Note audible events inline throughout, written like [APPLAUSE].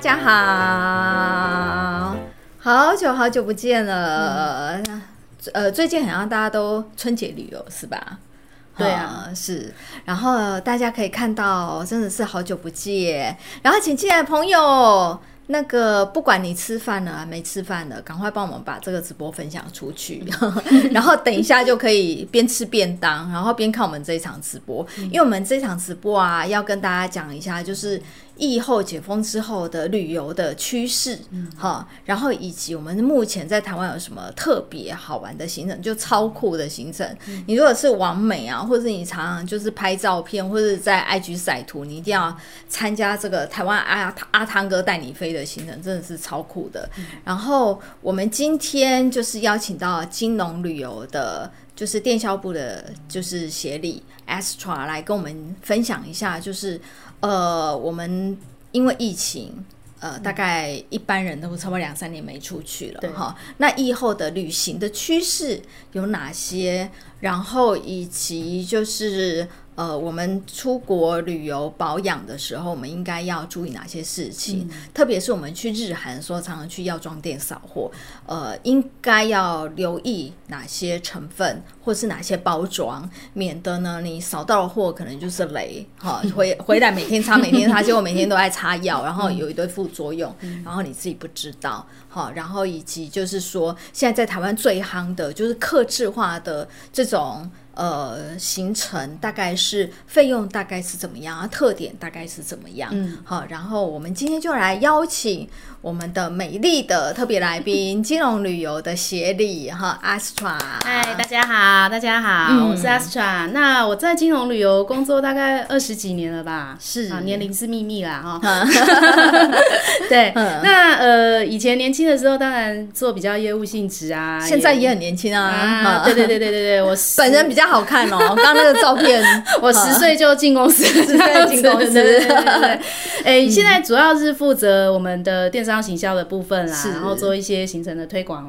家好，好久好久不见了。嗯呃，最近好像大家都春节旅游是吧？对啊嗯是。然后大家可以看到，真的是好久不见。然后请进来的朋友，那个不管你吃饭了没吃饭了，赶快帮我们把这个直播分享出去，嗯 [LAUGHS] 然后等一下就可以边吃便当，然后边看我们这一场直播。因为我们这场直播啊，要跟大家讲一下，就是疫后解封之后的旅游的趋势，哈、然后以及我们目前在台湾有什么特别好玩的行程，就超酷的行程。你如果是完美啊，或者你常常就是拍照片，或者在 IG 晒图，你一定要参加这个台湾阿阿汤哥带你飞的行程，真的是超酷的。然后我们今天就是邀请到金融旅游的，就是电销部的，就是协理 Astra 来跟我们分享一下，就是呃，我们因为疫情。呃，大概一般人都差不多两三年没出去了对哈。那以后的旅行的趋势有哪些？然后以及就是呃，我们出国旅游保养的时候，我们应该要注意哪些事情？特别是我们去日韩，说常常去药妆店扫货，呃，应该要留意哪些成分或是哪些包装，免得呢你扫到的货可能就是雷哈，回回来每天擦每天擦，结果每天都在擦药，然后有一堆副作用，然后你自己不知道哈，然后以及就是说现在在台湾最夯的就是克制化的这种。呃，行程大概是费用大概是怎么样啊？特点大概是怎么样？嗯，好，然后我们今天就来邀请我们的美丽的特别来宾，金融旅游的协理哈，Astra。嗨，大家好，大家好，嗯我是 Astra。那我在金融旅游工作大概二十几年了吧？是啊，年龄是秘密啦哈。 [LAUGHS] 对，嗯那呃，以前年轻的时候，当然做比较业务性质啊，现在也很年轻啊，啊，哈对对对对对对，我 [LAUGHS] 十本人比较好看哦，刚刚那个照片，我十岁就进公司，十岁进公司嗯对 [LAUGHS] 对对对对对。哎，现在主要是负责我们的电商行销的部分啦是，然后做一些行程的推广啦，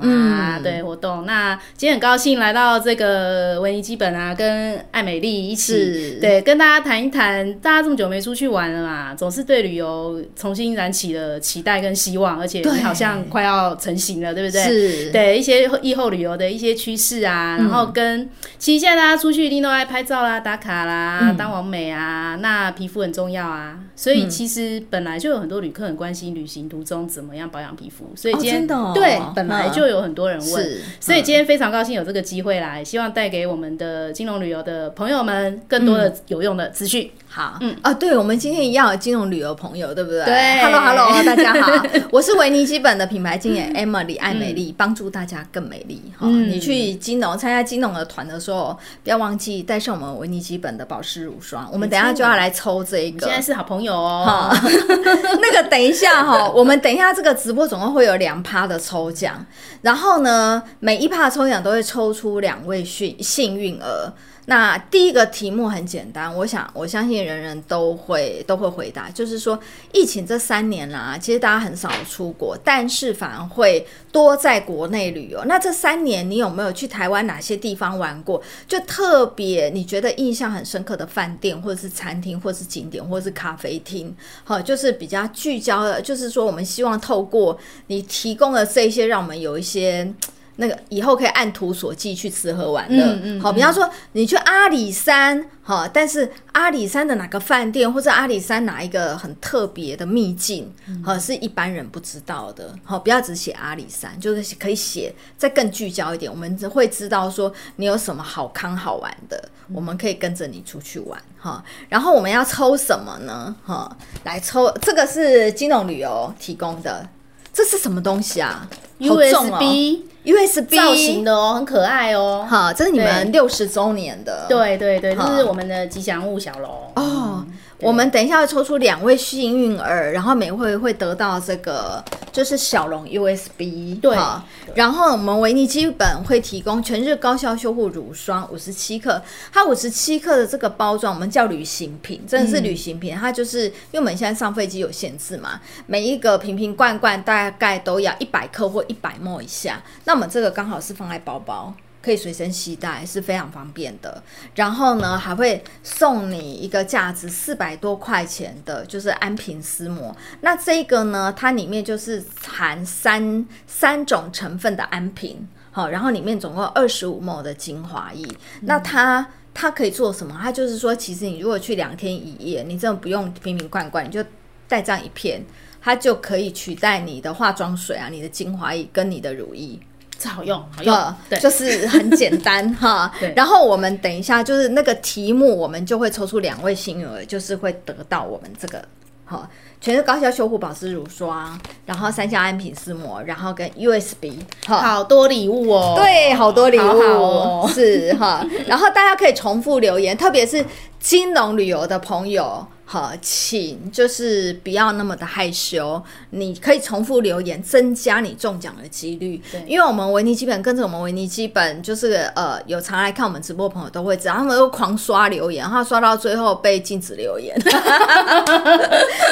嗯对活动。那今天很高兴来到这个维尼基本啊，跟艾美丽一是起，对，跟大家谈一谈。大家这么久没出去玩了嘛，总是对旅游重新燃起了期待跟希望，而且对你好像快要成型了， [LAUGHS] 对不对？是，对一些疫后旅游的一些趋势啊，然嗯后跟、其实现在大家出去一定都爱拍照啦、啊打卡啦、嗯当完美啊，那皮肤很重要啊，所以其实本来就有很多旅客很关心旅行途中怎么样保养皮肤，所以哦今天、真的哦对嗯本来就有很多人问。是，所以今天非常高兴有这个机会啦，也希望带给我们的金融旅游的朋友们更嗯多的有用的资讯。好，嗯啊，对，我们今天一样有金融旅游朋友，对不对？对，Hello Hello，大家 [LAUGHS] 好，我是维尼基本的品牌经理嗯 Emily 艾美丽，帮助大家更美丽。哈，你去金融参加金融的团的时候，不要忘记带上我们维尼基本的保湿乳霜，我们等一下就要来抽这一你个现。在是好朋友哦、哈， [LAUGHS] 那个等一下哈，我们等一下这个直播总共会有两趴的抽奖，然后呢，每一趴抽奖都会抽出两位幸幸运儿。那第一个题目很简单，我想我相信人人都会都会回答，就是说疫情这三年啦、其实大家很少出国，但是反而会多在国内旅游。那这三年你有没有去台湾哪些地方玩过？就特别你觉得印象很深刻的饭店，或者是餐厅，或者是景点，或者是咖啡厅，好，就是比较聚焦的，就是说我们希望透过你提供的这些，让我们有一些。那个以后可以按图索骥去吃喝玩乐，嗯嗯好，比方说你去阿里山，好，但是阿里山的哪个饭店或者阿里山哪一个很特别的秘境，嗯好，是一般人不知道的，好，不要只写阿里山，就是可以写再更聚焦一点，我们会知道说你有什么好康好玩的，嗯我们可以跟着你出去玩，哈，然后我们要抽什么呢？哈，来抽这个是金融旅游提供的，这是什么东西啊 u 好 s 重哦 b USB 造型的哦，很可爱哦、好，这是你们对六十周年的。对对对，这好是我们的吉祥物小龙哦，我们等一下会抽出两位幸运儿，然后每位会得到这个就是小龙 USB 对好然后我们维尼基本会提供全日高效修护乳霜五十七克，它五十七克的这个包装我们叫旅行品，真的嗯是旅行品，它就是因为我们现在上飞机有限制嘛，每一个瓶瓶罐罐大概都要一百克或一百沫以下，那我们这个刚好是放在包包。可以随身携带，是非常方便的。然后呢，还会送你一个价值四百多块钱的，就是安瓶丝膜。那这个呢，它里面就是含三三种成分的安瓶，好，然后里面总共二十五 ml 的精华液。那它。它可以做什么？它就是说，其实你如果去两天一夜，你真的不用瓶瓶罐罐，你就带这样一片，它就可以取代你的化妆水啊、你的精华液跟你的乳液。这好用，好用呃，，对，就是很简 [LAUGHS] 单哈对。然后我们等一下就是那个题目，我们就会抽出两位幸运儿，就是会得到我们这个哈全是高效修护保湿乳霜，然后三效安瓶丝膜，然后跟 USB 哈。好多礼物哦。，对，好多礼物好好哦 [LAUGHS] 是哈，然后大家可以重复留言，特别是金融旅游的朋友，哈，请就是不要那么的害羞，你可以重复留言，增加你中奖的几率对。因为我们维尼基本跟着我们维尼基本，就是呃有常来看我们直播的朋友都会知道，他们都狂刷留言，然后刷到最后被禁止留 [LAUGHS] 言，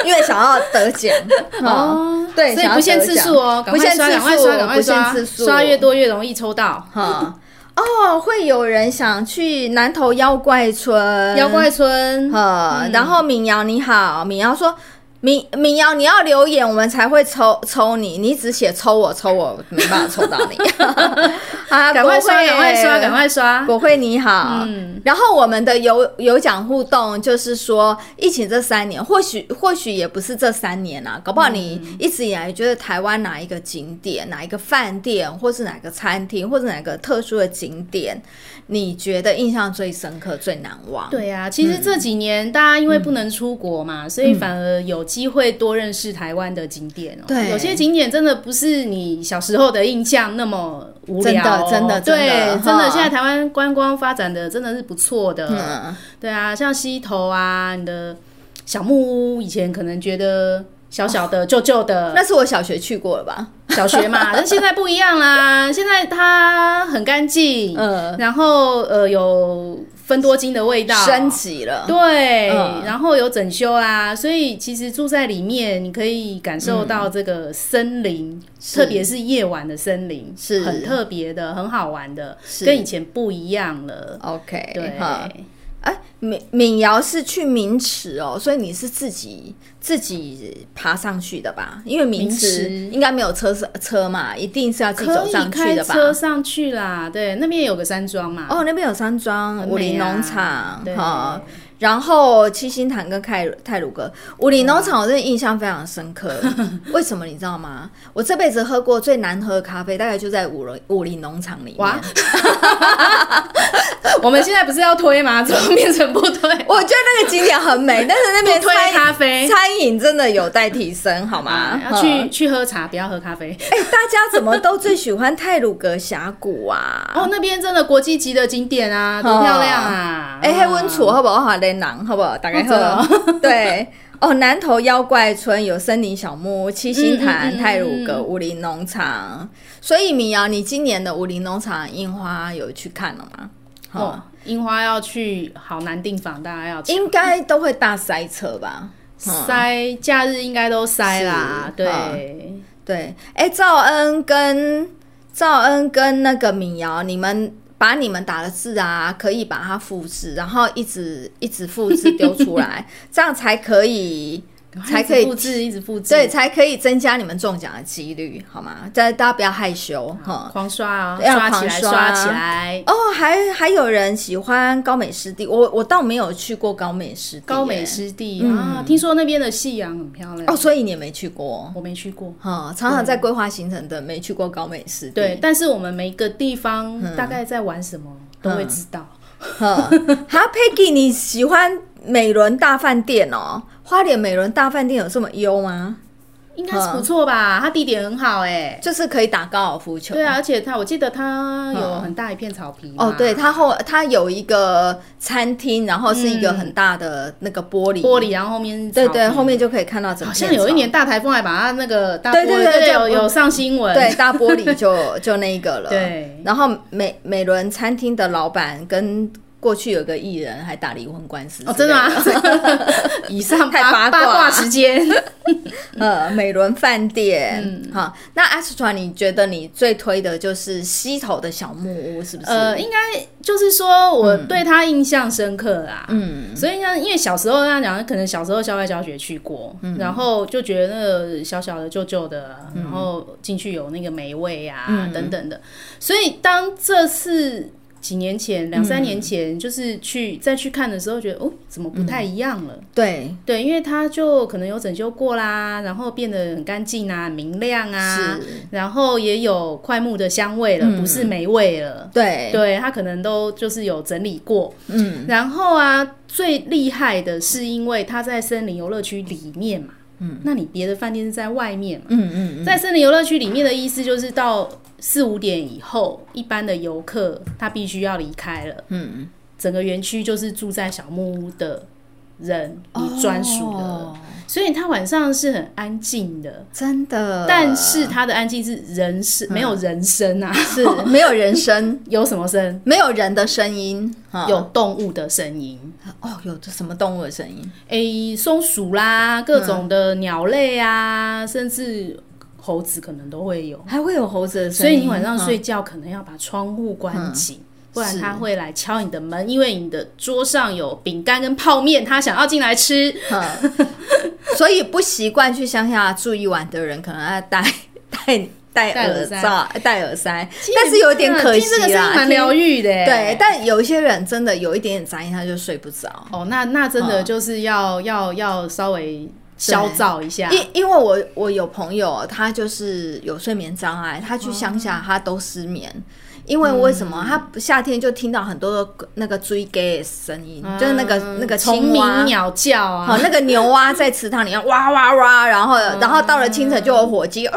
因为想要得奖。哦，对，所以想要不限得次奖数哦，赶不快限次刷，赶快数刷，赶快不限刷次，数，刷越多越容易抽到。哈、哦，会有人想去南投妖怪村，妖怪村，呃，嗯然后敏瑶你好，敏瑶说。敏敏瑶，你要留言，我们才会抽抽你。你只写抽我，抽我没办法抽到 [LAUGHS] 你。 [LAUGHS] 啊，赶快刷，国慧赶快刷，赶快刷。 [LAUGHS] 国慧你好，嗯然后我们的有有奖互动，就是说疫情这三年，或许或许也不是这三年啊，搞不好你嗯一直以来觉得台湾哪一个景点、哪一个饭店，或是哪个餐厅，或是哪个特殊的景点，你觉得印象最深刻、最难忘？，对呀、其实这几年大家因为不能出国嘛，所以反而有机会多认识台湾的景点哦、对有些景点真的不是你小时候的印象那么无聊哦、真的真的真的对，真哈的，现在台湾观光发展的真的是不错的。嗯，对啊，像溪头啊，你的小木屋，以前可能觉得小小的、旧旧的，那是我小学去过了吧？ [LAUGHS] 小学 [LAUGHS] 嘛，但现在不一样啦，现在它很干净，嗯然后呃有芬多精的味道，升级了，对，嗯然后有整修啦，所以其实住在里面，你可以感受到嗯这个森林，特别是夜晚的森林，是很特别的，很好玩的，是跟以前不一样了。 OK，对，哈，哎，敏敏瑶是去名池哦，所以你是自己自己爬上去的吧？因为名池名池应该没有车是车嘛，一定是要自己可走以上去开的吧？车上去啦，对，那边有个山庄嘛，哦，那边有山庄、很武林美啊农场对哈、然后七星潭跟泰泰鲁阁武林农场，我真的印象非常深刻。嗯 [LAUGHS] 为什么你知道吗？我这辈子喝过最难喝的咖啡，大概就在武林武林农场里面哇。 [LAUGHS] 我们现在不是要推吗？怎么变成不推？我觉得那个景点很美，但是那边不推餐饮咖啡餐饮真的有待提升，好吗啊，？要哈去去喝茶，不要喝咖啡。哎、大家怎么都最喜欢泰鲁格峡谷 [LAUGHS] 啊？哦，那边真的国际级的景点啊，多漂亮啊！哎、黑啊温楚好不好？好雷囊好不好？大概喝、哦 [LAUGHS] 对。哦，南投妖怪村有森林小木屋、七星潭、嗯嗯嗯泰鲁阁、武林农场，所以米瑶，你今年的武林农场樱花有去看了吗？哦，樱花要去，好难订房，大家要去应该都会大塞车吧？塞，假日应该都塞啦是。对，对，哎、赵恩跟赵恩跟那个敏瑶，你们把你们打的字啊，可以把它复制，然后一直一直复制丢出来，这样才可以。才可以一直复制，一直复制，对，，才可以增加你们中奖的几率，好吗？大大家不要害羞哈。狂刷啊，要刷起来，狂刷刷起来。哦，还还有人喜欢高美湿地，我我倒没有去过高美湿地耶，高美湿地啊，听说那边的夕阳很漂亮嗯哦，，所以你也没去过，哦我没去过。哈，常常在规划行程的没去过高美湿地，对，但是我们每个地方嗯大概在玩什么都会知道。 [LAUGHS] 呵，呃哈，Peggy，你喜欢美伦大饭店哦？花莲美伦大饭店有这么优吗？嗯应该是不错吧？它地点很好哎、就是可以打高尔夫球。对啊，而且它我记得它有很大一片草皮嘛嗯哦，对，，它后它有一个餐厅，然后是一个很大的那个玻璃，玻璃，然后后面是对草对，皮后面就可以看到整好片像有一草年大台风还把它那个大玻对璃对对对有有上新闻，对大 [LAUGHS] 玻璃就就那一个了。对然后美美伦餐厅的老板跟过去有个艺人还打离婚官司哦，真的吗之类？ [LAUGHS] 以上太八八卦卦时间，呃，美伦饭店，好，那阿斯川，你觉得你最推的就是西头的小木屋，是不是？呃，应该就是说我对他印象深刻啦。嗯，所以呢，因为小时候跟他讲，可能小时候校外教学去过，嗯然后就觉得那个小小的、旧旧的，然后进去有那个霉味呀、嗯等等的。所以当这次几年前、两嗯三年前，就是去再去看的时候，觉得哦，怎么不太一样嗯了？对，对，因为它就可能有整修过啦，然后变得很干净啊、很明亮啊，是，嗯然后也有快木的香味了，不是霉味了。对，对，它可能都就是有整理过。嗯然后啊，最厉害的是因为它在森林游乐区里面嘛，嗯，那你别的饭店是在外面嘛，嗯嗯嗯，在森林游乐区里面的意思就是到四五点以后，一般的游客他必须要离开了，嗯，整个园区就是住在小木屋的人你专属的，哦所以它晚上是很安静的。真的，但是它的安静是人声，没有人声啊，嗯是没有人声， [LAUGHS] 有什么声？没有人的声音，哈有动物的声音，哦，有这什么动物的声音？诶，松鼠啦，各种的鸟类啊，甚至猴子可能都会有。还会有猴子的声所音，以你晚上哈睡觉可能要把窗户关紧，不然是它会来敲你的门，因为你的桌上有饼干跟泡面，它想要进来吃。嗯， [LAUGHS] 所以不习惯去乡下住一晚的人，可能要戴戴戴戴耳耳罩、戴耳塞，但是有点可惜听这个声音啦。蛮听疗愈的。欸对，。但有一些人真的有一点点杂音，他就睡不着。哦，那那真嗯的就是要、要要稍微消噪一下。因因为我我有朋友，他就是有睡眠障碍，他去乡下他都失眠。因为为什嗯么他夏天就听到很多的那个追 gay 的声音，就是那个那个嗯虫青蛙哦鸣鸟叫啊，好，那个牛蛙在池塘里面哇哇哇，然后然后到了清晨就有火鸡，哦，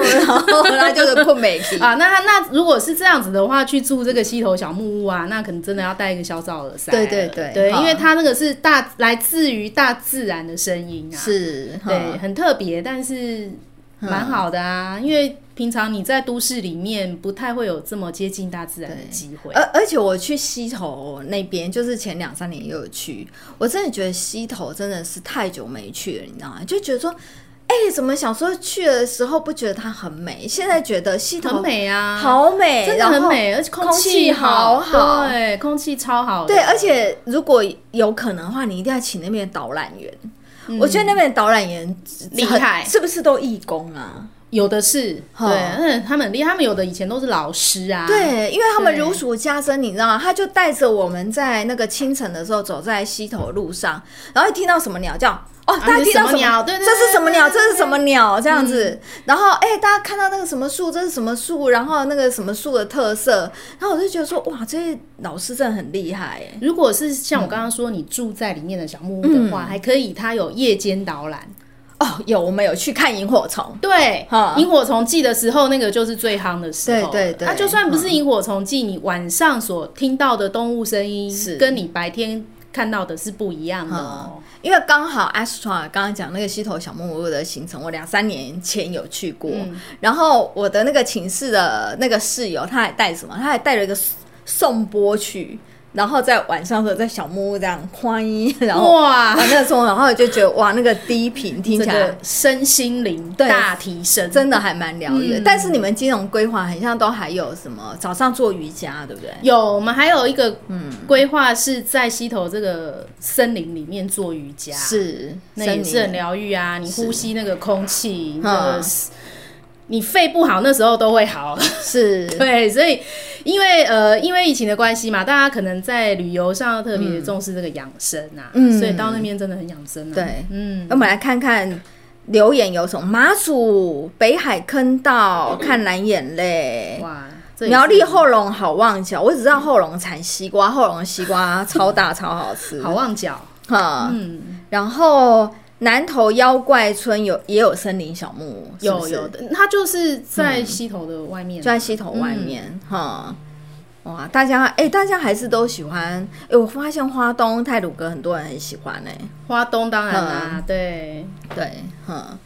然后 [LAUGHS] 它就是困美鸡。 [LAUGHS] 啊，那那如果是这样子的话，去住这个溪头小木屋啊，那可能真的要带一个小罩耳塞了。对对对对，哈因为它那个是大来自于大自然的声音啊，是，对，哈很特别，但是蛮好的啊，因为平常你在都市里面不太会有这么接近大自然的机会。而而且我去溪头那边，就是前两三年也有去，我真的觉得溪头真的是太久没去了，你知道吗？就觉得说，哎、怎么小时候去的时候不觉得它很美，现在觉得溪头很美啊，，好美，真的然很后美，而且空气气好好对，空气超好的，对，而且如果有可能的话，你一定要请那边的导览员。我觉得那边的导览员嗯厉害很是不是都义工啊？有的是，哈对，嗯，他们很厉害，他们有的以前都是老师啊，对，因为他们对如数家珍，你知道吗？他就带着我们在那个清晨的时候走在溪头路上，然后一听到什么鸟叫，哦，大家这听是到啊什么鸟对对这是什么鸟？对这对嗯是什么鸟？这样子，然后哎、大家看到那个什么树，这是什么树？然后那个什么树的特色，然后我就觉得说，哇，这些老师真的很厉害、哎如果是像我刚刚说，你住在里面的小木屋的嗯话，还可以它有夜间导览。哦，有我们有去看萤火虫，对哈，萤火虫季的时候，那个就是最夯的时候。对对对那、就算不是萤火虫季，你晚上所听到的动物声音，是跟你白天看到的是不一样的哦。因为刚好 Astra 刚刚讲那个溪头小木屋的行程，我两三年前有去过。嗯然后我的那个寝室的那个室友，他还带什么？他还带了一个送钵去，然后在晚上的时候在小木屋这样欢迎， [LAUGHS] 然后哇，啊那个钟，然后我就觉得哇，那个低频听这起来个身心灵对大提升，真的还蛮疗嗯愈的。但是你们金融规划好像都还有什么早上做瑜伽，对不对？有，我们还有一个嗯规划是在溪头这个森林里面做瑜伽，是，那也是森很林疗愈啊！你呼吸那个空气，你嗯的你肺不好那时候都会好。是 [LAUGHS] 对，所以因为呃，因为疫情的关系嘛，大家可能在旅游上特别重视这个养生啊，嗯所以到那边真的很养生啊。对嗯，我们来看看留言有什么：马祖、北海坑道、看蓝眼泪、哇，这也是苗栗后龙好望角。我只知道后龙产西瓜，后龙的西瓜超大超好吃。好望角，哈、嗯，然后南投妖怪村有也有森林小木屋，是不有是有的，它就是在溪头的外面就，嗯在溪头外面嗯哈。哇，大家哎、大家还是都喜欢哎、我发现花东泰鲁阁很多人很喜欢哎、花东当然嗯啦，对，对，哼，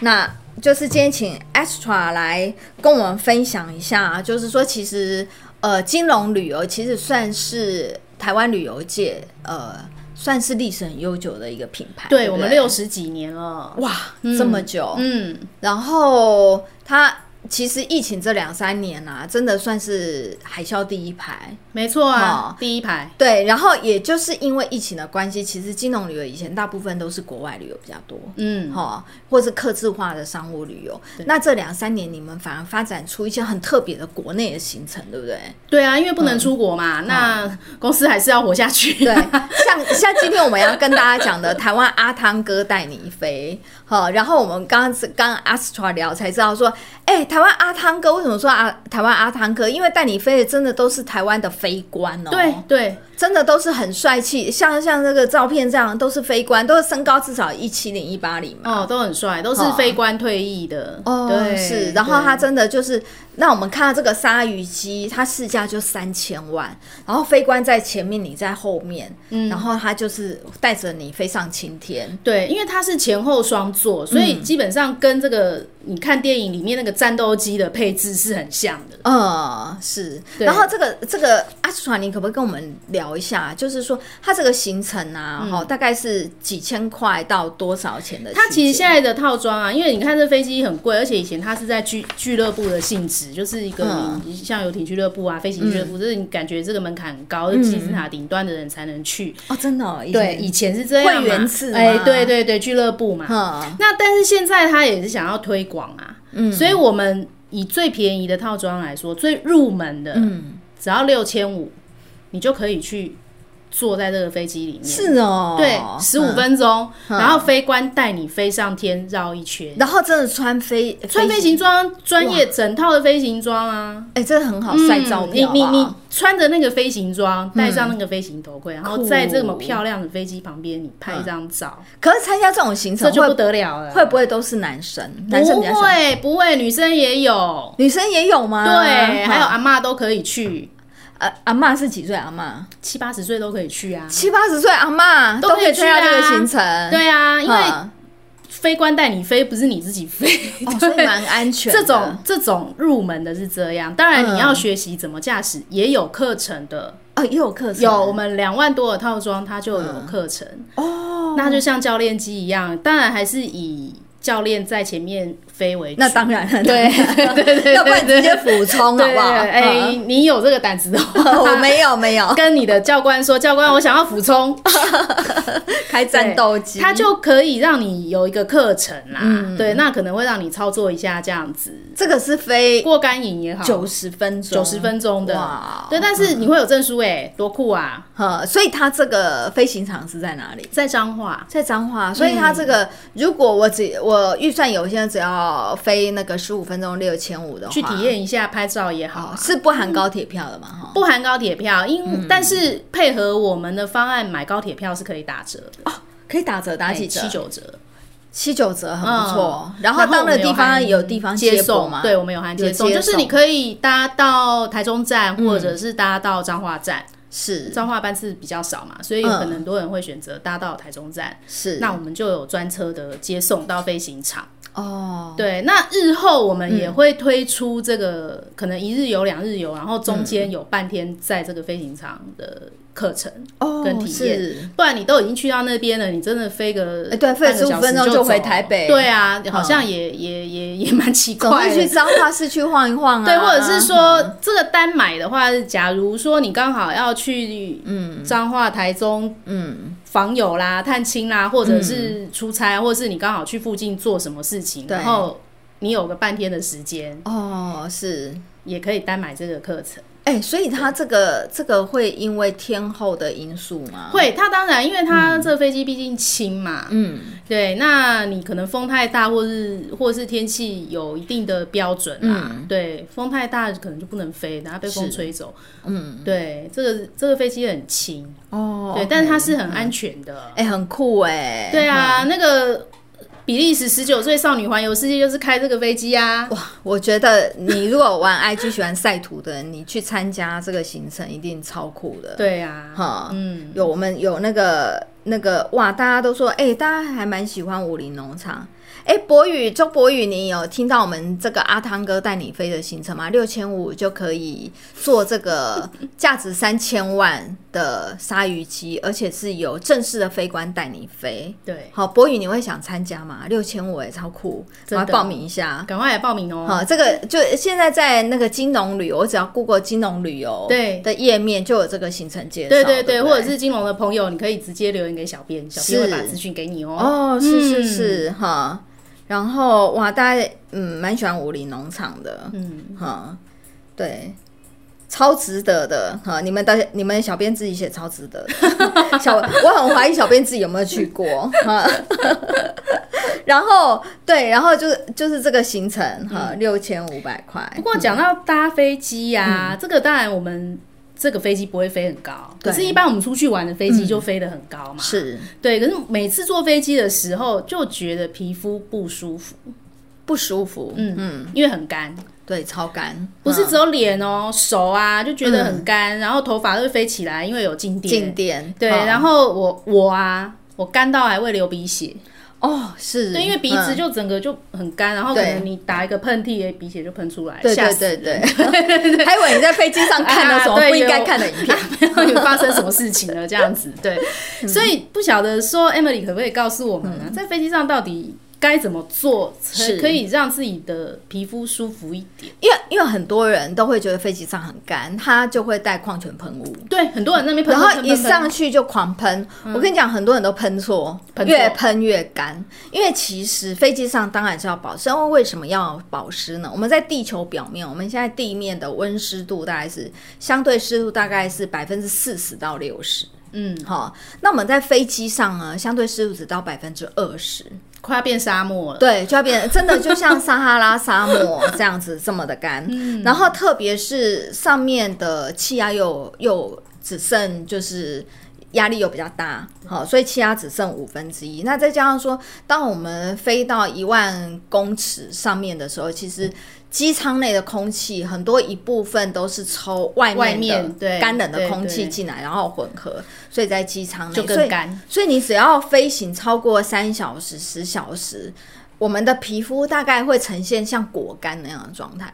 那就是今天请 Extra 来跟啊我们分享一下，就是说其实呃，金融旅游其实算是。台湾旅游界呃算是历史很悠久的一个品牌。对不我们六十几年了，哇这么久，嗯，然后它其实疫情这两三年啊，真的算是海啸第一排。没错啊哦，第一排，对，然后也就是因为疫情的关系，其实金融旅游以前大部分都是国外旅游比较多，嗯，哈、或是客制化的商务旅游。那这两三年你们反而发展出一些很特别的国内的行程，对不 [LAUGHS] 对？对啊，因为不能出国嘛，那公司还是要活下去。嗯对，像像今天我们要跟大家讲的，台湾阿汤哥带你飞，好，然后我们刚刚刚 Astra 聊才知道说，哎、台湾阿汤哥为什么说啊台湾阿汤哥？因为带你飞的真的都是台湾的飞官哦， [LAUGHS] 对对，真的都是很帅气，像像这个照片这样都是飞官，都是身高至少一七零一八零嘛。哦，都很帅，都是非官退役的。对，啊哦是，然后他对真的就是，那我们看到这个鲨鱼机，它市价就三千万，然后飞官在前面，你在后面，嗯然后他就是带着你飞上青天，对，因为它是前后双座，所嗯以基本上跟这个你看电影里面那个战斗机的配置是很像的。嗯，是。对然后这个这个阿斯船，你可不可以跟我们聊一下？就是说它这个行程啊，哈、大概是几千块到多少钱的区间？嗯它其实现在的套装啊，因为你看这飞机很贵，而且以前它是在俱俱乐部的性质，就是一个嗯你像游艇俱乐部啊、飞行俱乐部，就是你感觉这个门槛很高，嗯金字塔顶端的人才能去。哦，真的、哦，以对，前以前是这样嘛会员制吗哎，对对对，俱乐部嘛。嗯那但是现在它也是想要推广啊，嗯所以我们以最便宜的套装来说，最入门的，嗯，只要六千五，你就可以去坐在这个飞机里面，是哦，对，十五嗯、分钟，嗯然后飞官带你飞上天绕一圈，然后真的穿飞穿飞，行装专业整套的飞行装啊。哎、真的很好晒嗯照片好不你好、你你穿着那个飞行装，戴上那个飞行头盔，然嗯后酷哦在这么漂亮的飞机旁边，你拍一张照，可是参加这种行这程就不会得了了。会不会都是男生？男生不比较喜欢，会不会，女生也有，女生也有吗？对，嗯还有阿嬷都可以去，呃阿妈是几岁？阿妈七八十岁都可以去啊。七八十岁，阿妈都都可以可以参加去啊这个行程。对啊，因为嗯飞官带你飞，不是你自己飞，哦，所以蛮安全的。这种这种入门的是这样。当然，嗯你要学习怎么驾驶，也有课程的。哦，也有课程，有我们两万多的套装，它就有课程。嗯哦，那就像教练机一样，当然还是以教练在前面飞为主。那当然了，对对对对，要不然直接对补充好对对不好？哎，嗯你有这个胆子的 [LAUGHS] 话，我没有没有跟你的教官说，教官，我想要俯冲，开 [LAUGHS] 战斗机，嗯它就可以让你有一个课程啦。对，那可能会让你操作一下这样子，这个是飞过干瘾也好，九十分钟，九十分钟的。哇，对，但是你会有证书哎、多酷啊！呃，所以它这个飞行场是在哪里？在彰化，在彰化，所以它这嗯个、如果我只我预算有限，只要飞那个十五分钟六千五的话，去体验一下拍照也哦好啊，是不含高铁票的嘛？哈、不含高铁票，因、嗯但是配合我们的方案买高铁票是可以打折的，可以打折打几折？七九折。哎七九折很不错、嗯然后到那个地然后我方们有地方接驳送嘛？对，我们有含有接送，接就是你送嗯可以搭到台中站，或者是搭到彰化站。是彰化班次比较少嘛，所以有嗯可能很多人会选择搭到台中站。是那我们就有专车的接送到飞行场。哦，对，那日后我们也会推出这个，可能一日游、两日游，然后中间有半天在这个飞行场的课程。哦跟体验是不然你都已经去到那边了，你真的飞个哎对飞半个15小时分钟就就回走台北嗯对啊，好像也、也也也蛮奇总怪会去的。彰化市区晃一晃啊，对，或者是说这个单买的话，假如说你刚好要去嗯彰化、台中嗯，访友啦、探亲啦，或者是出差，或是你刚好去附近做什么事情，对然后你有个半天的时间，哦是。也可以单买这个课程。哎、所以它这个这个会因为天后的因素吗？，会，它当然，因为它这飞机毕竟轻嘛，嗯，对，那你可能风太大，或是或是天气有一定的标准啊。对，风太大可能就不能飞，然后被风嗯是吹走。嗯，对，这个这个飞机很轻，哦，对，但是它是很安全的。哎、很酷哎、对啊，那个比利时十九岁少女环游世界就是开这个飞机啊。哇，我觉得你如果玩 IG 喜欢晒图的人，你去参加这个行程一定超酷的。对啊，哈，嗯，有我们有那个那个哇，大家都说，哎、大家还蛮喜欢武林农场。哎，博宇，周博宇，你有听到我们这个阿汤哥带你飞的行程吗？六千五就可以坐这 [LAUGHS] 个价值三千万的鲨鱼机，而且是由正式的飞官带你飞。对，好，博宇，你会想参加吗？六千五哎，超酷，真我的要报名一下。赶快来报名哦、好，这个就现在在那个金融旅游，我只要 Google 金融旅游对的页面就有这个行程介绍，对对对不对，或者是金融的朋友，你可以直接留言给小编，小编会把资讯给你哦。哦，是是嗯是哈、然后哇，大家嗯蛮喜欢武林农场的，嗯，哈，对，超值得的哈。你们的你们小编自己写超值得的， [LAUGHS] 小我很怀疑小编自己有没有去过哈。 [LAUGHS] 然后对，然后就是就是这个行程哈，六千五百块。嗯不过讲到搭飞机呀、这个当然我们这个飞机不会飞很高，嗯对可是一般我们出去玩的飞机就飞得很高嘛。是对，可是每次坐飞机的时候就觉得皮肤不舒服，不舒服，嗯嗯，因为很干，对，超干，不是嗯只有脸哦、手啊就觉得很干，然后头发都会飞起来，因为有静电。静电，对，哈然后我我啊，我干到还会流鼻血。哦是，对，因为鼻子嗯就整个就很干，然后可对能你打一个喷嚏，哎鼻血就喷出来，对吓对死对 [LAUGHS] 对，还以为你在飞机上看了什么啊对不应该有看的影片，然 [LAUGHS] 后有发生什么事情了这样子。对，嗯所以不晓得说 Emily 可不可以告诉我们啊，在飞机上到底该怎么做，才是可以让自己的皮肤舒服一点？因为因为很多人都会觉得飞机上很干，他就会带矿泉喷雾。对，很多人那边喷然喷后喷嗯一喷喷，上去就狂喷，我跟你讲，很多人都喷错，喷错越喷越干。因为其实飞机上当然是要保湿，因为为什么要保湿呢？我们在地球表面，我们现在地面的温湿度大概是相对湿度大概是百分之四十到六十，嗯，好，那我们在飞机上呢，相对湿度只到百分之二十，快要变沙漠了。对，就要变 [LAUGHS] 真的就像撒哈拉沙漠这样子这么的干，嗯然后特别是上面的气压又又只剩就是。压力又比较大，好、所以气压只剩五分之一。那再加上说，当我们飞到一万公尺上面的时候，其实机舱内的空气很多一部分都是抽外外面面的对干冷的对空气对进来，然后混合，所以在机舱内就所以更干，所以你只要飞行超过三小时、十小时，我们的皮肤大概会呈现像果干那样的状态，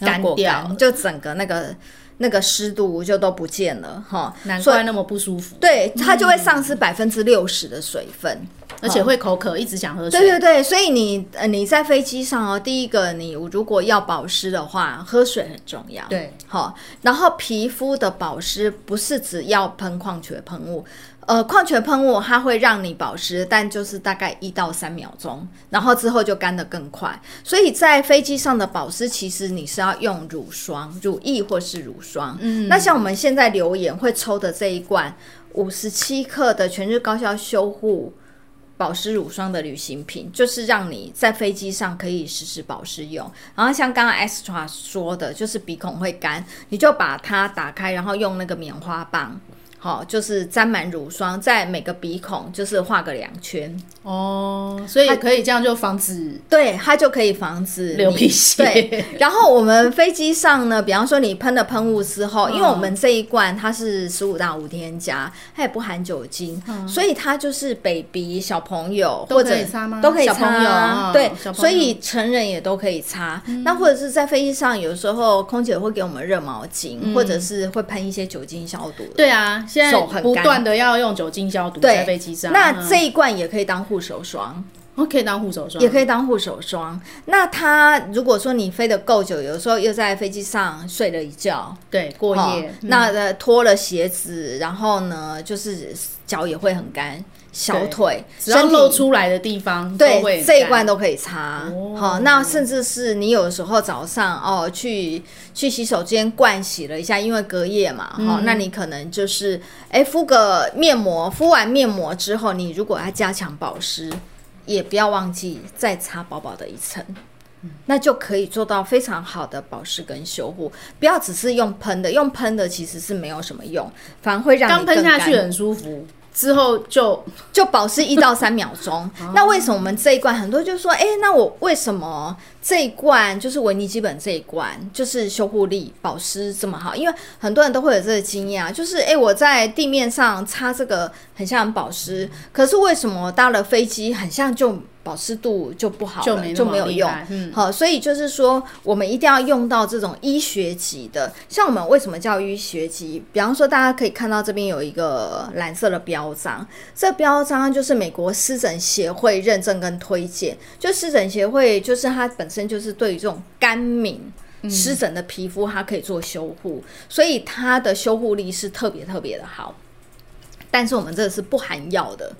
干果掉了干就整个那个那个湿度就都不见了哈。难嗯所以怪那么不舒服，对它就会丧失百分之六十的水分。而且会口渴，一直想喝对水。对对，所以你呃你在飞机上哦，第一个你如果要保湿的话，喝水很重要。对，好，然后皮肤的保湿不是只要喷矿泉喷雾，呃，矿泉喷雾它会让你保湿，但就是大概一到三秒钟，然后之后就干得更快。所以在飞机上的保湿，其实你是要用乳霜、乳液或是乳霜。嗯，那像我们现在留言会抽的这一罐五十七克的全日高效修护。保湿乳霜的旅行品，就是让你在飞机上可以实时保湿用。然后像刚刚 Extra 说的，就是鼻孔会干，你就把它打开，然后用那个棉花棒，好、就是沾满乳霜，在每个鼻孔就是画个两圈，哦，所以可以这样就防止对，它就可以防止流你鼻血。对，然后我们飞机上呢，比方说你喷了喷雾之后，嗯因为我们这一罐它是十五到无添加，它也不含酒精，所以它就是 baby 小朋友嗯都或可以者擦吗都可以小擦朋友啊哦对小，朋所友嗯以成人也都可以擦。那或者是在飞机上，有时候空姐会给我们热毛巾，或者是会喷一些酒精消毒的。嗯对啊，现手很在不干断的要用酒精消毒对在飞机上。那嗯这一罐也可以当护手霜。哦可以当护手霜，也可以当护手霜。那它如果说你飞得够久，有时候又在飞机上睡了一觉，对过哦夜。嗯那呃脱了鞋子，然后呢，就是脚也会很干，小对腿只要身体露出来的地方，都会对很这一干罐都可以擦。哦好，那甚至是你有时候早上哦去去洗手间灌洗了一下，因为隔夜嘛，嗯哈、那你可能就是哎敷个面膜，敷完面膜之后，你如果要加强保湿，也不要忘记再擦薄薄的一层。嗯那就可以做到非常好的保湿跟修护，不要只是用喷的，用喷的其实是没有什么用，反而会让刚你更喷下干去很舒服，之后就 [LAUGHS] 哦就保湿一到三秒钟。那为什么我们这一罐很多就说，哎、那我为什么这一罐就是维尼基本这一罐，就是修护力、保湿这么好，因为很多人都会有这个经验啊，就是诶，我在地面上擦这个很像保湿，可是为什么到了飞机很像就保湿度就不好了，就就没那么没有厉用害？嗯好，所以就是说，我们一定要用到这种医学级的。像我们为什么叫医学级？比方说，大家可以看到这边有一个蓝色的标章，这标章就是美国湿疹协会认证跟推荐。就湿疹协会，就是它本身就是对于这种干敏。嗯湿疹的皮肤，它可以做修护，所以它的修护力是特别特别的好。但是我们这个是不含药的，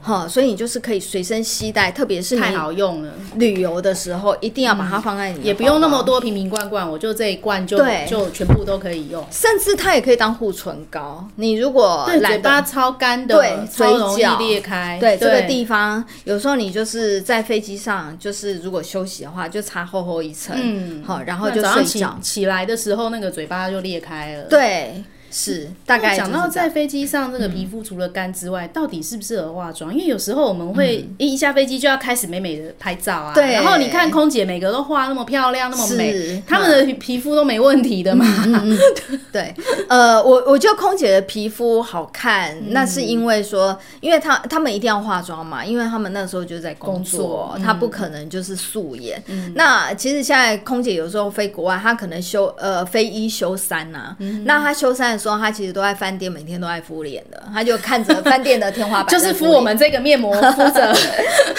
哈、所以你就是可以随身携带，特别是你哦太好用了，旅游的时候一定要把它放在你、也不用那么，多瓶瓶罐罐，我就这一罐就对就全部都可以用。甚至它也可以当护唇膏。你如果对，嘴懒巴得。超干的，对超容嘴易角裂开。对这个地方，有时候你就是在飞机上，就是如果休息的话，就擦厚厚一层，嗯好，然后就那早上睡起觉。起来的时候，那个嘴巴就裂开了。，对，是大概讲就是到这样在飞机上，这个皮肤除了干之外，到底适不适合化妆？因为有时候我们会一一下飞机就要开始美美的拍照啊，嗯对然后你看空姐每个都化那么漂亮，那么美是，嗯她们的皮肤都没问题的嘛。 [LAUGHS] 对，呃，我我觉得空姐的皮肤好看，嗯那是因为说，因为她她们一定要化妆嘛，因为她们那时候就在工工作作，嗯她不可能就是素颜。那其实现在空姐有时候飞国外，她可能休呃飞一休三呐、嗯那她休三的时候，她其实都在饭店，每天都在敷脸的，她就看着饭店的天花板，就是敷我。们这个面膜， [LAUGHS] 敷着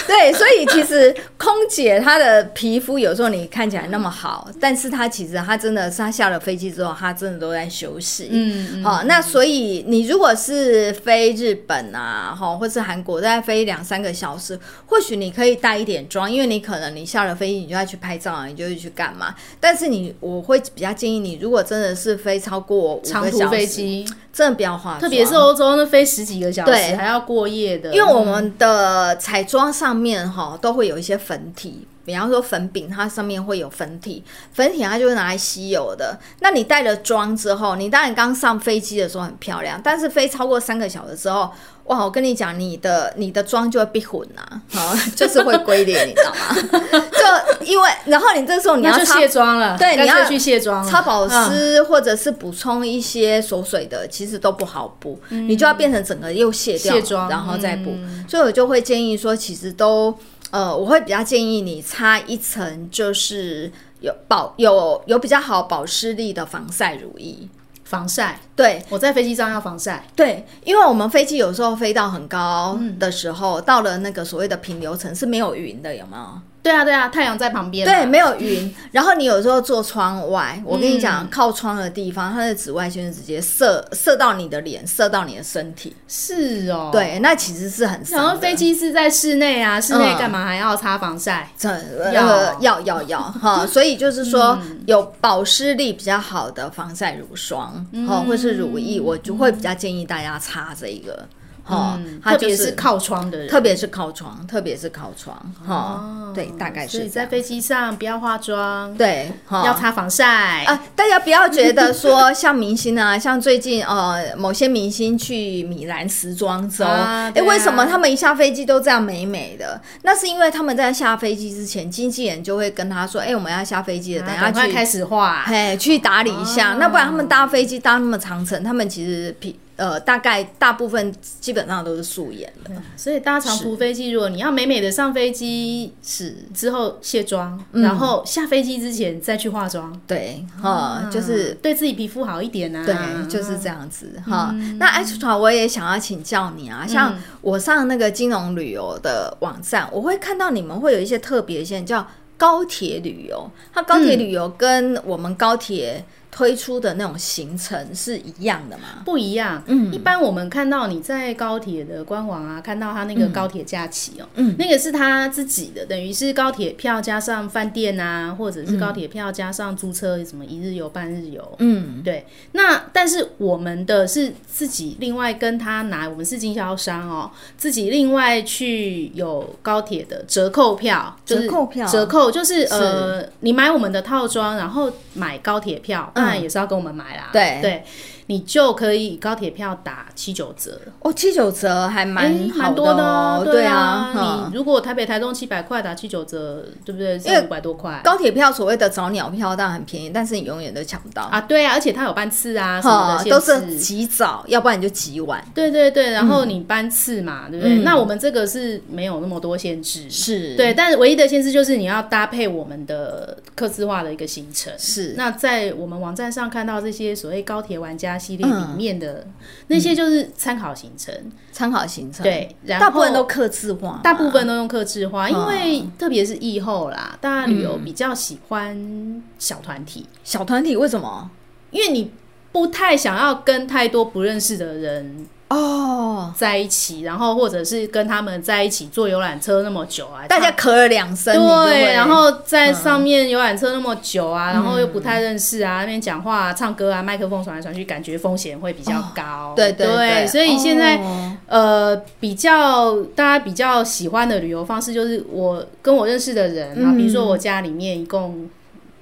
对，所以其实空姐她的皮肤有时候你看起来那么好，但是她其实她真的是她下了飞机之后，她真的都在休息。嗯，好、那所以你如果是飞日本啊，哈，或是韩国，大概飞两三个小时，或许你可以带一点妆，因为你可能你下了飞机，你就要去拍照啊，你就会去干嘛？但是你我会比较建议你，如果真的是飞超过五长个途小飞时，机，真的不要化妆，特别是欧洲那飞十几个小时对还要过夜的，因为我们的彩妆上面哈都会有一些粉体，比方说粉饼，它上面会有粉体，粉体它就是拿来吸油的。那你带了妆之后，你当然刚上飞机的时候很漂亮，但是飞超过三个小时之后，哇，我跟你讲，你的你的妆就会被混啊，好，就是会龟裂，你知道吗？ [LAUGHS] 就因为然后你这时候你要那就 [LAUGHS] 擦卸妆了，对干你脆要去卸妆了，擦保嗯湿或者是补充一些锁水的，其实都不好补，你就要变成整个又卸掉，嗯卸妆嗯然后再补。所以我就会建议说，其实都呃，我会比较建议你擦一层就是有保有有比较好保湿力的防晒乳液。防晒。对，我在飞机上要防晒，对，因为我们飞机有时候飞到很高嗯的时候，到了那个所谓的平流层是没有云的，有没有？对啊对啊，太阳在旁边啊，对，没有云。然后你有时候坐窗外，我跟你嗯讲，靠窗的地方，它的紫外线就直接射射到你的脸，射到你的身体。是哦，。对，那其实是很伤然的。后飞机是在室内啊，室内嗯干嘛还要擦防晒？这呃要嗯要要要 [LAUGHS] 哈，所以就是说有保湿力比较好的防晒乳霜，嗯哦，或是乳液，我就会比较建议大家擦这一个，哦，它嗯特就别是靠窗的人，特别是靠窗，特别是靠窗，哈、对，大概哦所以是这在样。飞机上不要化妆，对，哈要擦防晒。啊，大家不要觉得说像明星啊，像最近呃某些明星去米兰时装周，哎、啊对啊为什么他们一下飞机都这样美美的？那是因为他们在下飞机之前，经纪人就会跟他说，哎、我们要下飞机了，等啊下赶快去开始哦化，嘿，去打理一下。那不然他们搭飞机搭那么长程，他们其实皮呃大概大部分基本上都是素颜的，所以搭长途飞机，如果你要美美的上飞机是之后卸妆，嗯然后下飞机之前再去化妆，对，哈、啊就是对自己皮肤好一点啊。对，就是这样子哈。嗯那 extra 我也想要请教你啊，像我上那个金融旅游的网站，我会看到你们会有一些特别线叫高铁旅游，它高嗯铁旅游跟我们高铁推出的那种行程是一样的吗？不一样。嗯，一般我们看到你在高铁的官网啊，看到它那个高铁假期哦、嗯，那个是他自己的，等于是高铁票加上饭店啊，或者是高铁票加上租车什么一日游、半日游。嗯，对，那但是我们的是自己另外跟他拿，我们是经销商哦，自己另外去有高铁的折扣票，就是折扣票折扣就是呃，你买我们的套装，然后买高铁票，当然也是要跟我们买啦，嗯对对。你就可以以高铁票打七九折，哦，七九折还蛮诶好蛮多的哦，对啊，啊嗯，你如果台北、台中七百块打七九折，对不对？因为是五百多块。高铁票所谓的早鸟票当然很便宜，但是你永远都抢不到，啊，对啊，而且它有班次啊什么哈的，，限都制是极早，要不然你就极晚。对对对，然后你班次嘛，对不对？嗯那我们这个是没有那么多限制，是对，但是唯一的限制就是你要搭配我们的客制化的一个行程。是那在我们网站上看到这些所谓高铁玩家系列嗯里面的、那些，就是参考行程，参考行程，，对，然嗯后大部分都客制化嘛，大部分都用客制化，嗯因为特别是疫后啦，大家旅游比较喜欢小团体，小团体为什么？因为你不太想要跟太多不认识的人哦，在一起，然后或者是跟他们在一起坐游览车那么久啊，大家他咳了两声，你就对，会嗯哦然后在上面游览车那么久啊，然后又不太认识啊，那边讲话、啊、唱歌啊，麦克风传来传去，感觉风险会比较高。哦对对对，所以现在、哦呃，比较大家比较喜欢的旅游方式就是我跟我认识的人啊，嗯比如说我家里面一共，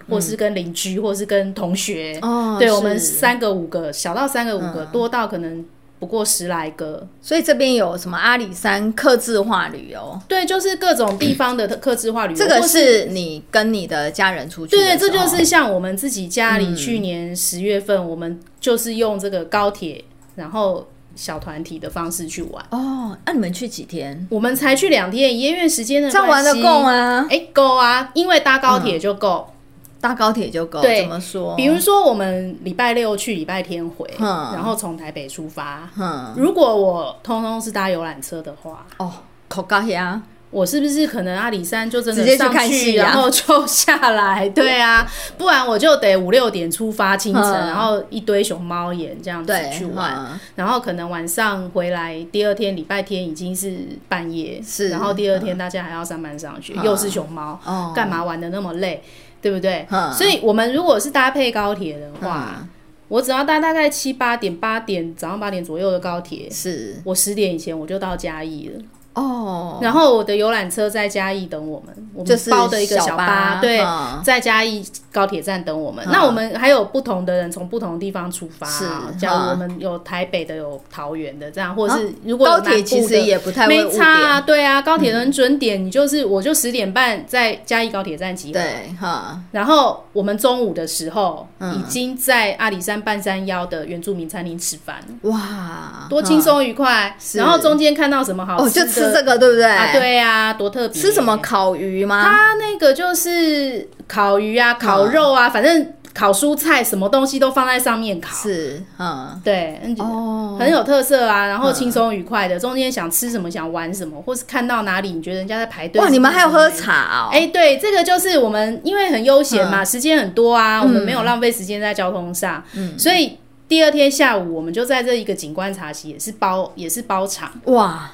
或是跟邻居，或是跟同学，哦对我们是嗯三个五个，小到三个五个，多到可能不过十来个。所以这边有什么阿里山客制化旅游，对，就是各种地方的客制化旅游，嗯这个嗯或是你跟你的家人出去的时对，候，嗯这就是像我们自己家里去年十月份，我们就是用这个高铁，然后小团体的方式去玩。哦。那你们去几天？我们才去两天一夜，因为时间的这样玩关的系够？吗？嗯哎、够啊，因为搭高铁就够。搭高铁就够。对怎么说？比如说我们礼拜六去，礼拜天回，嗯然后从台北出发。嗯，如果我通通是搭游览车的话，哦，口高铁啊，我是不是可能阿里山就真直接去的上看戏啊然后就下 [LAUGHS] 来？对啊，不然我就得五六点出发清晨，嗯然后一堆熊猫眼这样子对，去玩，嗯然后可能晚上回来，第二天礼拜天已经是半夜，是然后第二天大家还要上班上学，嗯又是熊猫，哦，干嘛玩的那么累？对不对？嗯所以我们如果是搭配高铁的话，哇，我只要搭大概七八点、八点早上八点左右的高铁，是我十点以前我就到嘉义了。哦，然后我的游览车在嘉义等我们，我就们是包的一个小小巴，对，嗯在嘉义高铁站等我们。嗯那我们还有不同的人从不同的地方出发是啊，假如嗯我们有台北的，有桃园的，这样，或者是如果有高南铁部其的实也不太会没误差点，啊，对啊，高铁能准点，你就是我就十点半在嘉义高铁站集合。对哈，然后我们中午的时候，嗯已经在阿里山半山腰的原住民餐厅吃饭了，哇，多轻松愉快。嗯是然后中间看到什么嗯！好哦，吃就的，吃这个，对不对？啊，，对啊，多特别。吃什么？烤鱼吗？它那个就是烤鱼啊，烤肉啊，反正烤蔬菜，什么东西都放在上面烤。是，嗯，对，嗯哦，很有特色啊，然后轻松愉快的，中间想吃什么想玩什么，或是看到哪里你觉得人家在排队，哇，你们还有喝茶？嗯茶哦？哎、对，这个就是我们因为很悠闲嘛，时间很多啊，我们没有浪费时间在交通上，所以第二天下午我们就在这一个景观茶席，也是包也是包场，哇，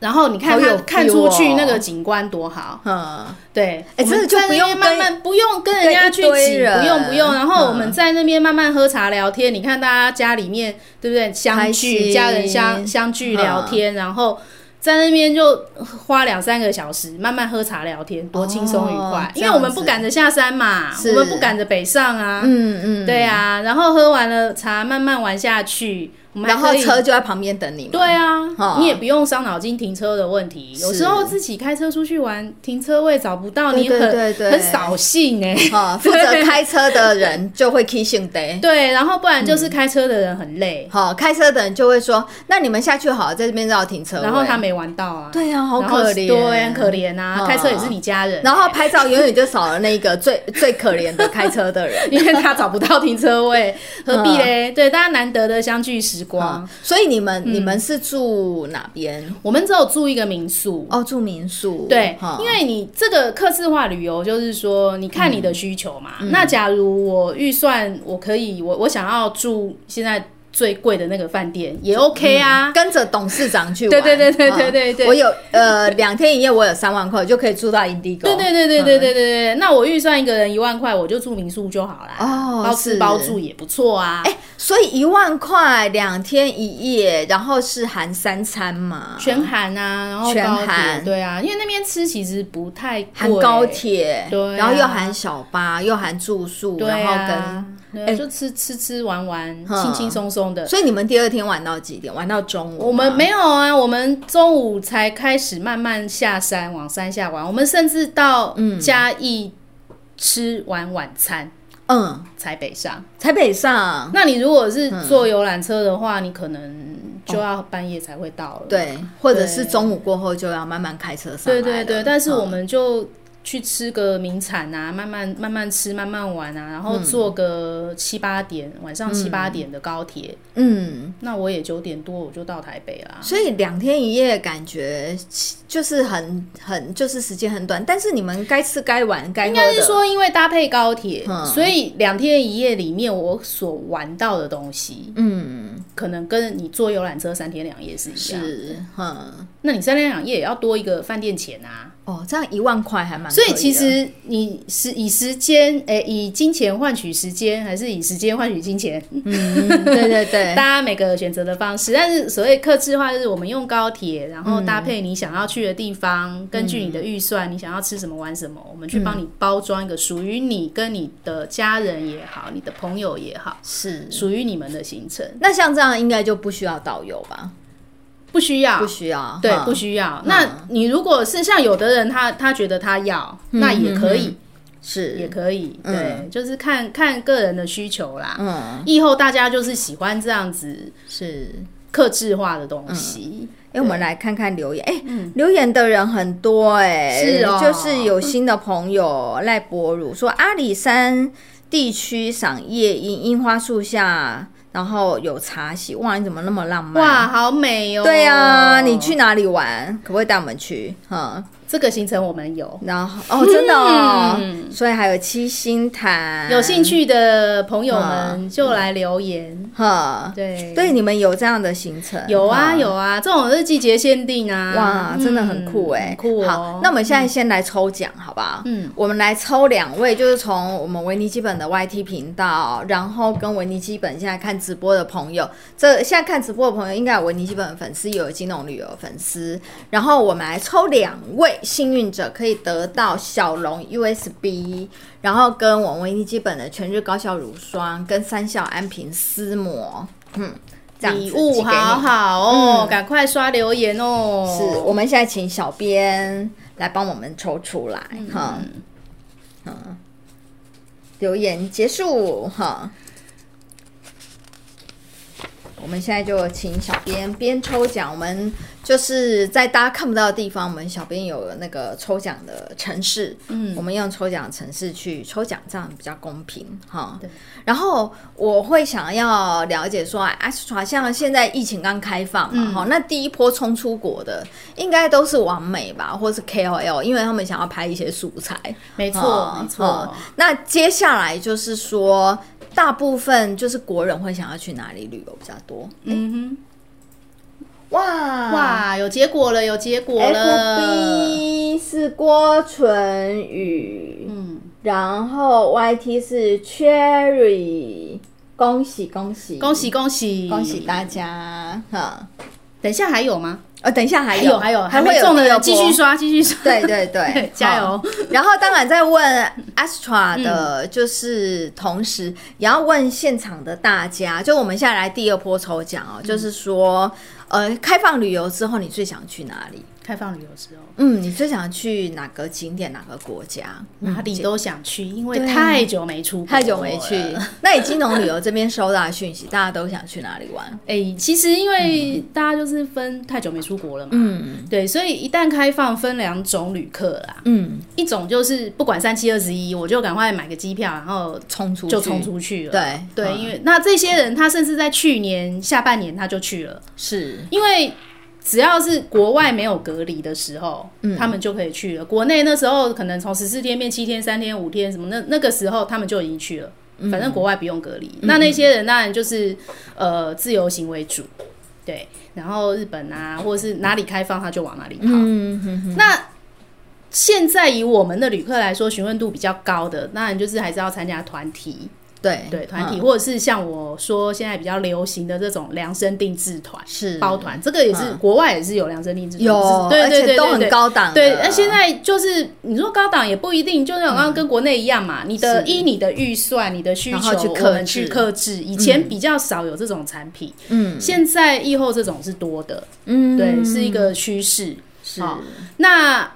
然后你看好它有 feel 看出去哦那个景观多好，啊嗯，对，哎我们真的就在那不用跟边慢慢不用跟人家去跟一堆挤，人不用不用，然后我们嗯在那边慢慢喝茶聊天，你看大家家里面对不对相开聚，心嗯家人相相聚聊天，然后。在那边就花两三个小时，慢慢喝茶聊天，多轻松愉快。哦因为我们这样子不赶着下山嘛，是我们不赶着北上啊，嗯嗯，对啊。然后喝完了茶，慢慢玩下去，我们还然后可以车就在旁边等你们。对啊哦，你也不用伤脑筋停车的问题。有时候自己开车出去玩，停车位找不到，对你很对对对很扫兴哎、哦，负责开车的人就会 k i s s i n day。 [LAUGHS] 对，然后不然就是开车的人很累，嗯好、开车的人就会说：“那你们下去好了，在这边绕停车位。”然后他没玩到啊，对呀、好然后可怜，对，很可。怜啊。哦开车也是你家人欸、然后拍照永远就少了那个最最可怜的开车的人。 [LAUGHS] 因为他找不到停车位，何必嘞？对，大家难得的相聚时光啊，，所以你们、嗯你们是住哪边？我们只有住一个民宿。哦，住民宿。对哈，因为你这个客制化旅游，就是说你看你的需求嘛。嗯那假如我预算我可以，我我想要住现在最贵的那个饭店也 OK 啊。跟着董事长去玩。对对对对对啊对对我有呃两天一夜，我有三万块就可以住到 Indigo。对对对对嗯对对对对，那我预算一个人一万块，我就住民宿就好啦。哦包吃是包住也不错啊。哎、所以一万块两天一夜，然后是含三餐嘛，全含啊，然后全高铁含对啊，因为那边吃其实不太贵含高铁，对啊然后又含小巴，又含住宿，对啊然后跟对啊，就吃吃吃玩玩，嗯轻轻松松的。所以你们第二天玩到几点？玩到中午吗？我们没有啊，我们中午才开始慢慢下山，往山下玩。我们甚至到嘉义吃完晚餐嗯，才北上。才北上，那你如果是坐游览车的话，你可能就要半夜才会到了。对，或者是中午过后就要慢慢开车上来对了。对对，但是嗯我们就去吃个名产啊，慢慢慢慢吃，慢慢玩啊，然后坐个七八点，晚上七八点的高铁，嗯，那我也九点多我就到台北啦。所以两天一夜感觉就是很很就是时间很短，但是你们该吃该玩该应喝该是的，说，因为搭配高铁，嗯所以两天一夜里面我所玩到的东西，嗯，可能跟你坐游览车三天两夜是一样。是，嗯，那你三天两夜也要多一个饭店钱啊。哦，这样一万块还蛮可所的，以啊 [LAUGHS] 其实你是以时间，诶、以金钱换取时间，还是以时间换取金钱？嗯对对大对，家每个选择的方式，但是所谓克制化，就是我们用高铁，然后搭配你想要去的地方，根据你嗯的预算，你想要吃什么玩什么，我们去帮你包装一个属于你跟你的家人也好，你的朋友也好， [LAUGHS] 是。属于你们的行程，那像这样应该就不需要导游吧？不需要不。需要，啊对，嗯不需要。那你如果是像有的人他，他觉得他要，那也可以，也是，可以。嗯对，就是看看个人的需求啦。嗯，以后大家就是喜欢这样子是。克制化的东西。哎、我们来看看留言。哎、留言的人很多哎、嗯是哦就是有新的朋友赖博儒说阿里山地区赏夜樱，樱花树下，然后有茶席。哇，你怎么那么浪漫？哇，好美哦！对呀、啊，你去哪里玩？可不可以带我们去？嗯，这个行程我们有。然后哦，真的哦，嗯所以还有七星潭，有兴趣的朋友们就来留言，哈？对，嗯对，你们有这样的行程？有啊哈有啊，这种是季节限定啊，哇，真的很嗯酷哎、很酷好哦，。那我们现在先来抽奖，好不好？嗯，我们来抽两位，就是从我们维尼基本的 YT 频道，然后跟维尼基本现在看直播的朋友，这现在看直播的朋友应该有维尼基本的粉丝，也有金融旅游的粉丝。然后我们来抽两位幸运者，可以得到小龙 USB，然后跟我们维尼基本的全日高效乳霜，跟三效安瓶丝膜，嗯，这样子礼物寄给你嗯好好哦，赶快刷留言哦。是我们现在请小编来帮我们抽出来哈。嗯，留言结束哈。我们现在就请小编边抽奖，我们就是在大家看不到的地方，我们小编有那个抽奖的城市，嗯，我们用抽奖城市去抽奖，这样比较公平哈。对。然后我会想要了解说，啊，好像现在疫情刚开放嘛，哈、那第一波冲出国的应该都是网美吧，或是 KOL，因为他们想要拍一些素材。没错哦没哦错，那接下来就是说，大部分就是国人会想要去哪里旅游比较多？嗯哇哼，哇，有结果了，有结果了， ！FB 是郭纯宇，嗯，然后 YT 是 Cherry，恭喜恭喜恭喜恭喜恭喜！大家！哈，等一下还有吗？呃，等一下还还有有还有，还还会会有中的第二人波继续刷继续刷，，对对对 [LAUGHS] 加油嗯好！然后当然在问 Astra 的，就是同时也要问现场的大家，就我们现在来第二波抽奖嗯哦，就是说，呃，开放旅游之后你最想去哪里？开放旅游之后。嗯，你最想去哪个景点、哪个国家？哪里都想去，因嗯为对太久没出国了，太久没去哎、。那你金融旅游这边收到的讯息，大家都想去哪里玩？哎其实因为大家就是分太久没出国了嘛，嗯对，所以一旦开放，分两种旅客啦，嗯，一种就是不管三七二十一，我就赶快买个机票，然后冲出去就冲出去了。对对，嗯因为那这些人他甚至在去年下半年他就去了，是因为只要是国外没有隔离的时候，嗯他们就可以去了。国内那时候可能从十四天变七天、三天、五天什么，那那个时候他们就已经去了。嗯反正国外不用隔离，那那些人当然就是呃自由行为主，对。然后日本啊，或者是哪里开放他就往哪里跑。嗯哼哼那现在以我们的旅客来说，询问度比较高的，当然就是还是要参加团体对对团体，嗯或者是像我说现在比较流行的这种量身定制团、是包团，这个也是、嗯国外也是有量身定制团，有，对对而对且都对很对高档的。嗯对，那现在就是你说高档也不一定，就是刚刚跟国内一样嘛，你的依你的预算、你的需然求，后去我克们去制克制。以前比较少有这种产品，嗯现在疫后这种是多的，嗯对，是一个趋势。是好那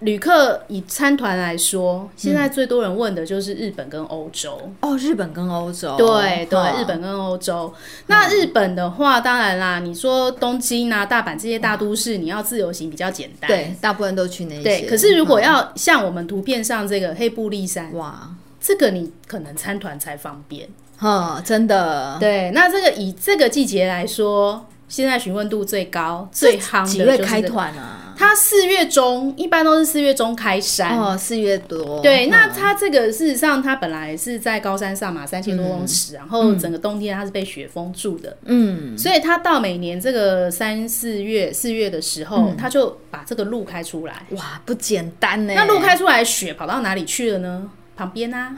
旅客以参团来说，现在最多人问的就是日本跟欧洲。哦，日本跟欧洲，对对，嗯日本跟欧洲。那日本的话，当然啦，你说东京啊、大阪这些大都市，你要自由行比较简单。对，嗯大部分都去那些。对，可是如果要像我们图片上这个黑布利山，哇，这个你可能参团才方便。嗯，真的，对，那这个以这个季节来说，现在询问度最高、最夯几的月就是开这个。团啊？它四月中一般都是四月中开山。哦，四月多。对，那嗯它这个事实上，它本来是在高山上嘛，三千多公尺，然后整个冬天它是被雪封住的，嗯，所以它到每年这个三四月、四月的时候，嗯它就把这个路开出来。哇，不简单呢。那路，开出来，雪跑到哪里去了呢？旁边啊，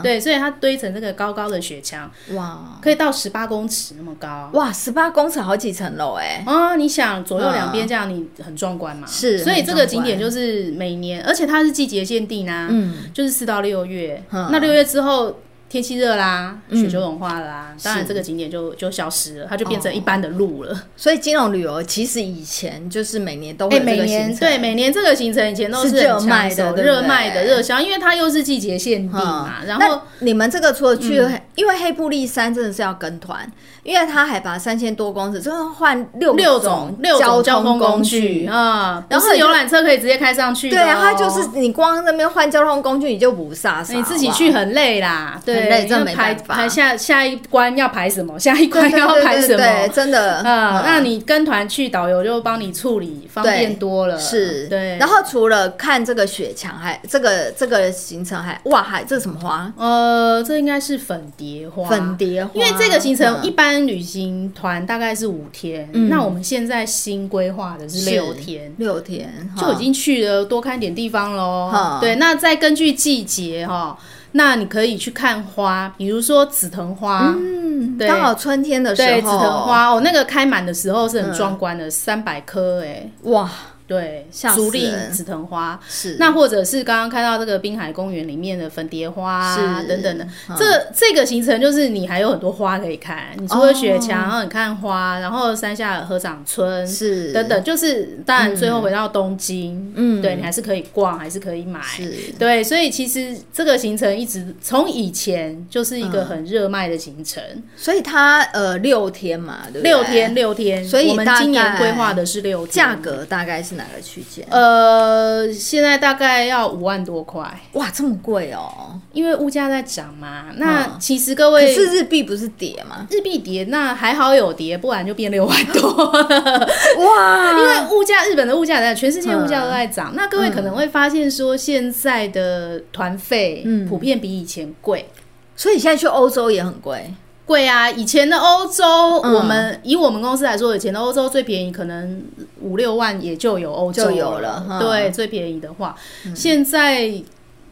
嗯，对，所以它堆成这个高高的雪啊墙，哇可以到十八公尺那么高。哇，十八公尺好几层楼哎，啊、你想左右两边这样，你很壮观嘛？啊是所以很这个壮景点就是每年，而且它是季节限定啊，嗯，就是四到六月。嗯那六月之后天气热啦，嗯雪就融化了啦，当然这个景点就就消失了，它就变哦成一般的路了。所以金融旅游其实以前就是每年都哎、会有这每个年行程，对每年这个行程以前都是很热卖的抢手对不热卖的对热销，因为它又是季节限定嘛。嗯然后嗯那你们这个除了去，因为黑布利山真的是要跟团，因为它海拔三千多公尺，就是换六六种种六种交通通工具具。啊，不然后是你就游览车可以直接开上去的对哦、啊，它就是你光那边换交通工具，你就不飒飒。你自己好不好去很累啦，对，很累真要的没排办法排下下一关要排什么，下一对关对要对排对对，什么。真的。啊、嗯那你跟团去，导游就帮你处理，方对便多了。是对。然后除了看这个雪墙，还这个这个行程还哇，还这是什么花？呃，这应该是粉蝶花。粉蝶花。因为这个行程嗯一般旅行团大概是五天，那我们现在新规划的是六天，六天就已。哈经去了多看点地方喽哈。对，那再根据季节哈、那你可以去看花，比如说紫藤花，嗯，对刚好春天的时候，嗯对，紫藤花哦，那个开满的时候是很壮观的，三百棵哎，哇，对，吓竹死林人紫藤花。是那或者是刚刚看到这个滨海公园里面的粉蝶花啊是等等的，嗯这个这个行程就是你还有很多花可以看，你除了雪哦墙，然后你看花，然后山下合掌村是等等，就是当然最后回到东京，嗯对你还是可以逛，还是可以买，是对，所以其实这个行程一直从以前就是一嗯个很热卖的行程，所以它呃六天嘛，对不对？六天，六天，所以我们大今年概规划的是六天价。格大概是哪个区间？呃，现在大概要五万多块，哇，这么贵哦！因为物价在涨嘛。那其实各嗯位可是日币不是跌吗？日币跌，那还好有跌，不然就变六万多 [LAUGHS] 了。 [LAUGHS] 嗯哇，因为物价，日本的物价在，全世界物价都在嗯涨。那各位可能会发现说，现在的团费嗯普遍比以前贵。所以现在去欧洲也很贵，贵啊！以前的欧洲，嗯我们以我们公司来说，以前的欧洲最便宜可能五六万也就有欧洲就有了嗯对，最便宜的话，现在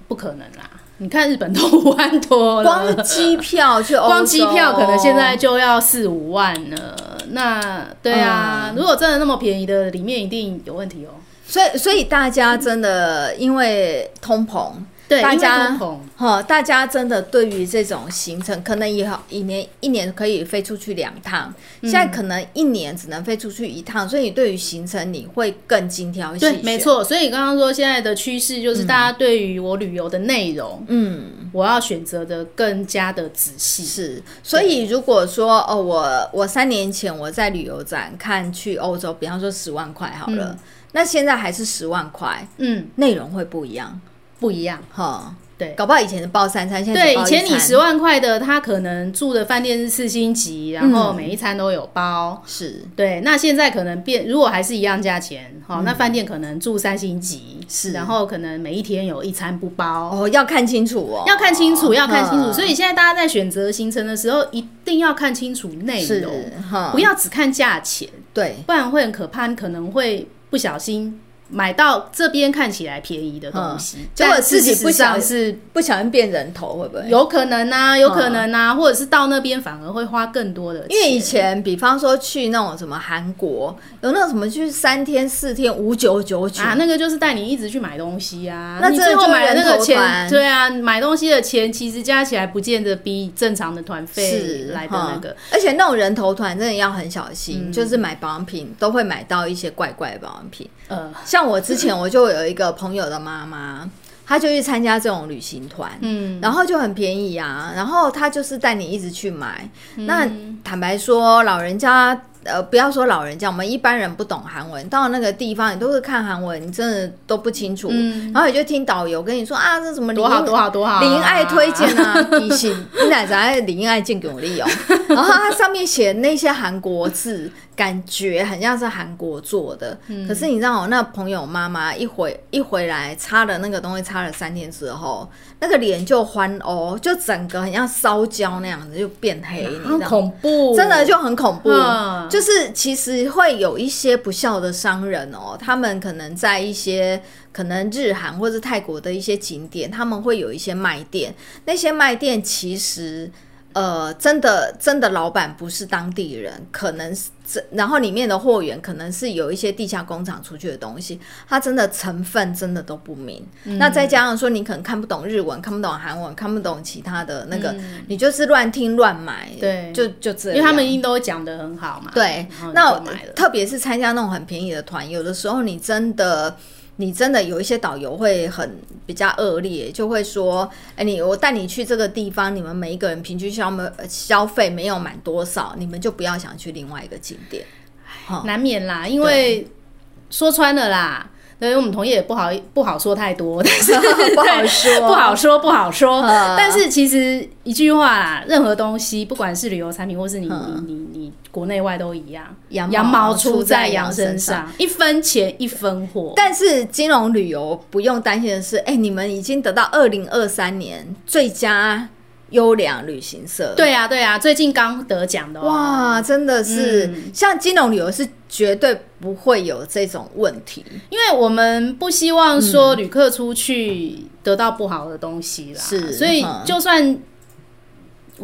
不可能啦。你看日本都五万多了，光机哦票去欧洲，光机票可能现在就要四五万了。那对嗯啊，如果真的那么便宜的，里面一定有问题哦。所以所以大家真的因为通膨，对，大家因为通哈，大家真的对于这种行程，可能也好一年一年可以飞出去两趟，现在可能一年只能飞出去一趟，所以你对于行程你会更精挑膨细对，选。没，错。所以刚刚说现在的趋势就是，大家对于我旅游的内容，嗯。我要选择的更加的仔细。是，所以如果说哦，我我三年前我在旅游展看去欧洲，比方说十万块好了，那现在还是十万块，嗯，内容会不一样不一样。哈。对搞不好以前是报三餐，现在对，只报以一前你餐十万块的，他可能住的饭店是四星级，然后每一餐都有包。是对，那现在可能变，如果还是一样价钱，好、那饭店可能住三星级，嗯是然后可能每一天有一餐不包。哦，要看清楚哦，嗯要看清楚，要看清楚。所以以现在大家在选择行程的时候，一定要看清楚内是嗯容，哈，不要只看价钱，对不然会很可怕。你可能会不小心买到这边看起来便宜的东西，结果但嗯自己事实不小上是不小心变人头会不会？有可能啊，有可能啊，或者是到那边反而会花更多的钱，因为以前，比方说去那种什么韩国，有那种什么去三天四天五九九九啊，那个就是带你一直去买东西啊，那你这最后就买的那人个头钱，团对啊，买东西的钱其实加起来不见得比正常的团费是来的那个嗯嗯。而且那种人头团真的要很小心，就是买保养品都会买到一些怪怪的保养品。呃，像我之前我就有一个朋友的妈妈，她就去参加这种旅行团，嗯，然后就很便宜啊，然后她就是带你一直去买。嗯那坦白说，老人家。呃，不要说老人家，我们一般人不懂韩文，到那个地方你都是看韩文，你真的都不清楚，嗯然后你就听导游跟你说啊，这什么多好礼物多好多好啊，林爱推 [LAUGHS] 荐啊， [LAUGHS] 提醒你奶奶林爱荐给我利用。然后它上面写那些韩国字，感觉很像是韩国做的。嗯可是你知道，我那朋友妈妈一回一回来，擦了那个东西，擦了三天之后，那个脸就翻哦，就整个很像烧焦那样子，就变黑，你很知道吗。恐怖，真的就很恐怖，嗯就是其实会有一些不孝的商人哦，他们可能在一些可能日韩或是泰国的一些景点，他们会有一些卖店，那些卖店其实。呃，真的，真的，老板不是当地人，可能是这，然后里面的货源可能是有一些地下工厂出去的东西，它真的成分真的都不明。嗯那再加上说，你可能看不懂日文，看不懂韩文，看不懂其他的那个，你就是乱听乱买，嗯对就就这因样。为他们一定都讲的很好嘛，对然那后，你就买了，特别是参加那种很便宜的团，有的时候你真的。你真的有一些导游会很比较恶劣，就会说：“哎、你我带你去这个地方，你们每一个人平均消没消费没有满多少，你们就不要想去另外一个景点。难免啦，因为说穿了啦。对我们同业也不好不好说太多，但 [LAUGHS] 是不好说不好说，不好说。嗯但是其实一句话啦，任何东西，不管是旅游产品，或是你、嗯你你你国内外都一样，羊毛呃毛出在在羊羊身身上上，一分钱一分货。但是金融旅游不用担心的是，哎、你们已经得到二零二三年最佳优良旅行社。对啊，对啊，最近刚得奖的、哦，哇，真的是、嗯像金融旅游是绝对不会有这种问题。因为我们不希望说嗯旅客出去得到不好的东西啦，是所以嗯就算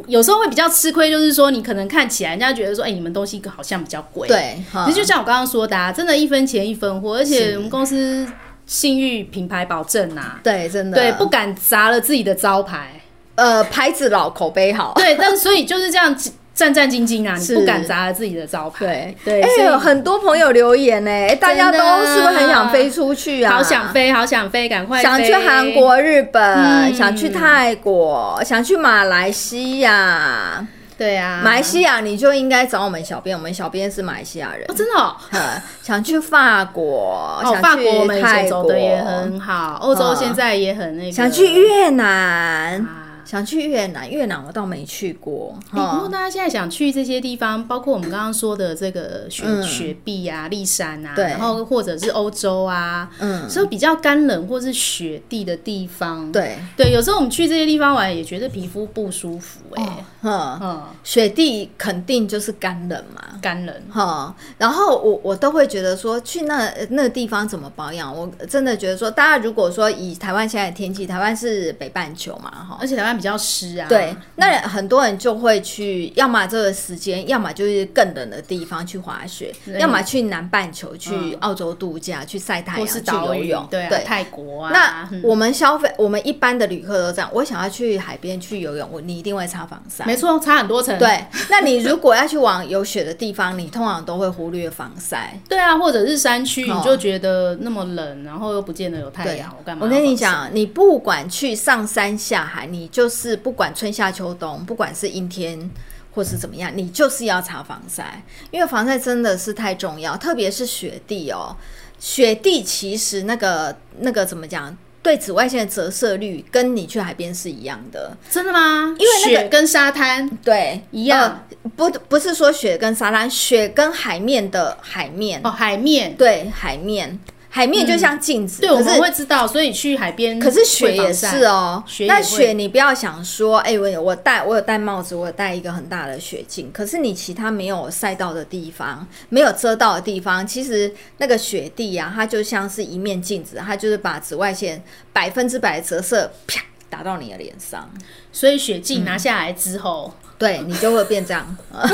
有时候会比较吃亏，就是说你可能看起来人家觉得说，哎、你们东西好像比较贵，，对，可嗯是就像我刚刚说的、啊，真的一分钱一分货，而且是我们公司信誉品牌保证啊，对，真的对，不敢砸了自己的招 [LAUGHS] 牌，呃牌子老，口碑好。对，但所以就是这样战战兢兢啊，你是不敢砸了自己的招牌，对，哎、所以有很多朋友留言呢、哎大家都真的啊是不是很想飞出去啊？好想，飞，好想飞，赶快想去飞韩。国、日本，嗯想去泰国，想去马来西亚。对啊，马来西亚你就应该找我们小编，我们小编是马来西亚人哦，。真的、哦，呃想去法国，哦，想法去国我们以前泰走国的也很好，欧洲现在也很那个。想去越南，啊想去越南，越南我倒没去过。哎不过哈，大家现在想去这些地方，包括我们刚刚说的这个雪、雪碧啊、丽山啊，嗯对然后或者是欧洲啊，嗯，所以比较干冷或是雪地的地方，对，对，有时候我们去这些地方玩也觉得皮肤不舒服、哎、嗯，雪地肯定就是干冷嘛。嗯，干冷，哈、然后我我都会觉得说，去那那个地方怎么保养？我真的觉得说，大家如果说以台湾现在的天气，台湾是北半球嘛，哈、而且台湾比较湿啊，对，那很多人就会去，要么这个时间，要么就是更冷的地方去滑雪，要么去南半球、去澳洲度假、去晒太嗯或阳、是去岛游屿泳，，对啊，泰国啊，那嗯我们消费，我们一般的旅客都这样。我想要去海边去游泳，我你一定会擦防晒。没错，差很多层，对，那你如果要去往有雪的地方，你通常都会忽略防 [LAUGHS] 晒。对啊，或者是山区，哦你就觉得那么冷，然后又不见得有太对阳，我干嘛？我跟你，讲，你不管去上山下海，你就是不管春夏秋冬，不管是阴天或是怎么样，你就是要擦防晒，因为防晒真的是太重要，特别是雪地哦。雪地其实那个那个怎么讲，对紫外线的折射率跟你去海边是一样的。真的吗？因为那个雪跟沙滩对，一样呃不不是说雪跟沙滩，雪跟海面的海面，哦，海面对海面。海面就像镜子，嗯对，我可们是会知道，所以去海边可是雪会防也晒是哦雪，也那会雪你不要想说，哎、我有我戴我有戴帽子，我有戴一个很大的雪镜，可是你其他没有晒到的地方，没有遮到的地方，其实那个雪地啊，它就像是一面镜子，它就是把紫外线百分之百的折射啪打到你的脸上。所以雪镜拿下来之后，对你就会变这样， [LAUGHS]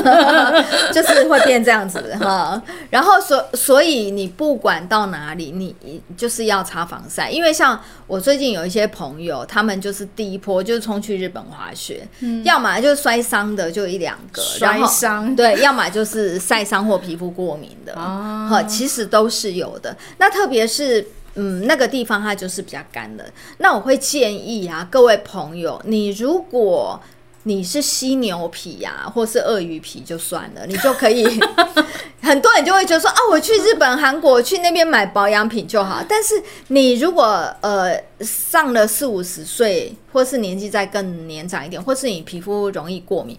就是会变这样子哈。然后所所以你不管到哪里，你就是要擦防晒，因为像我最近有一些朋友，他们就是第一波就是冲去日本滑雪，要么就摔伤的就一两个，然嗯后摔伤对，要么就是晒伤或皮肤过敏的，哦哈、其实都是有的。那特别是。嗯，那个地方它就是比较干的。那我会建议啊，各位朋友，你如果你是犀牛皮呀、或是鳄鱼皮就算了，你就可以。 [LAUGHS] 很多人就会觉得说啊，我去日本、韩国去那边买保养品就好。但是你如果呃上了四五十岁，或是年纪再更年长一点，或是你皮肤容易过敏，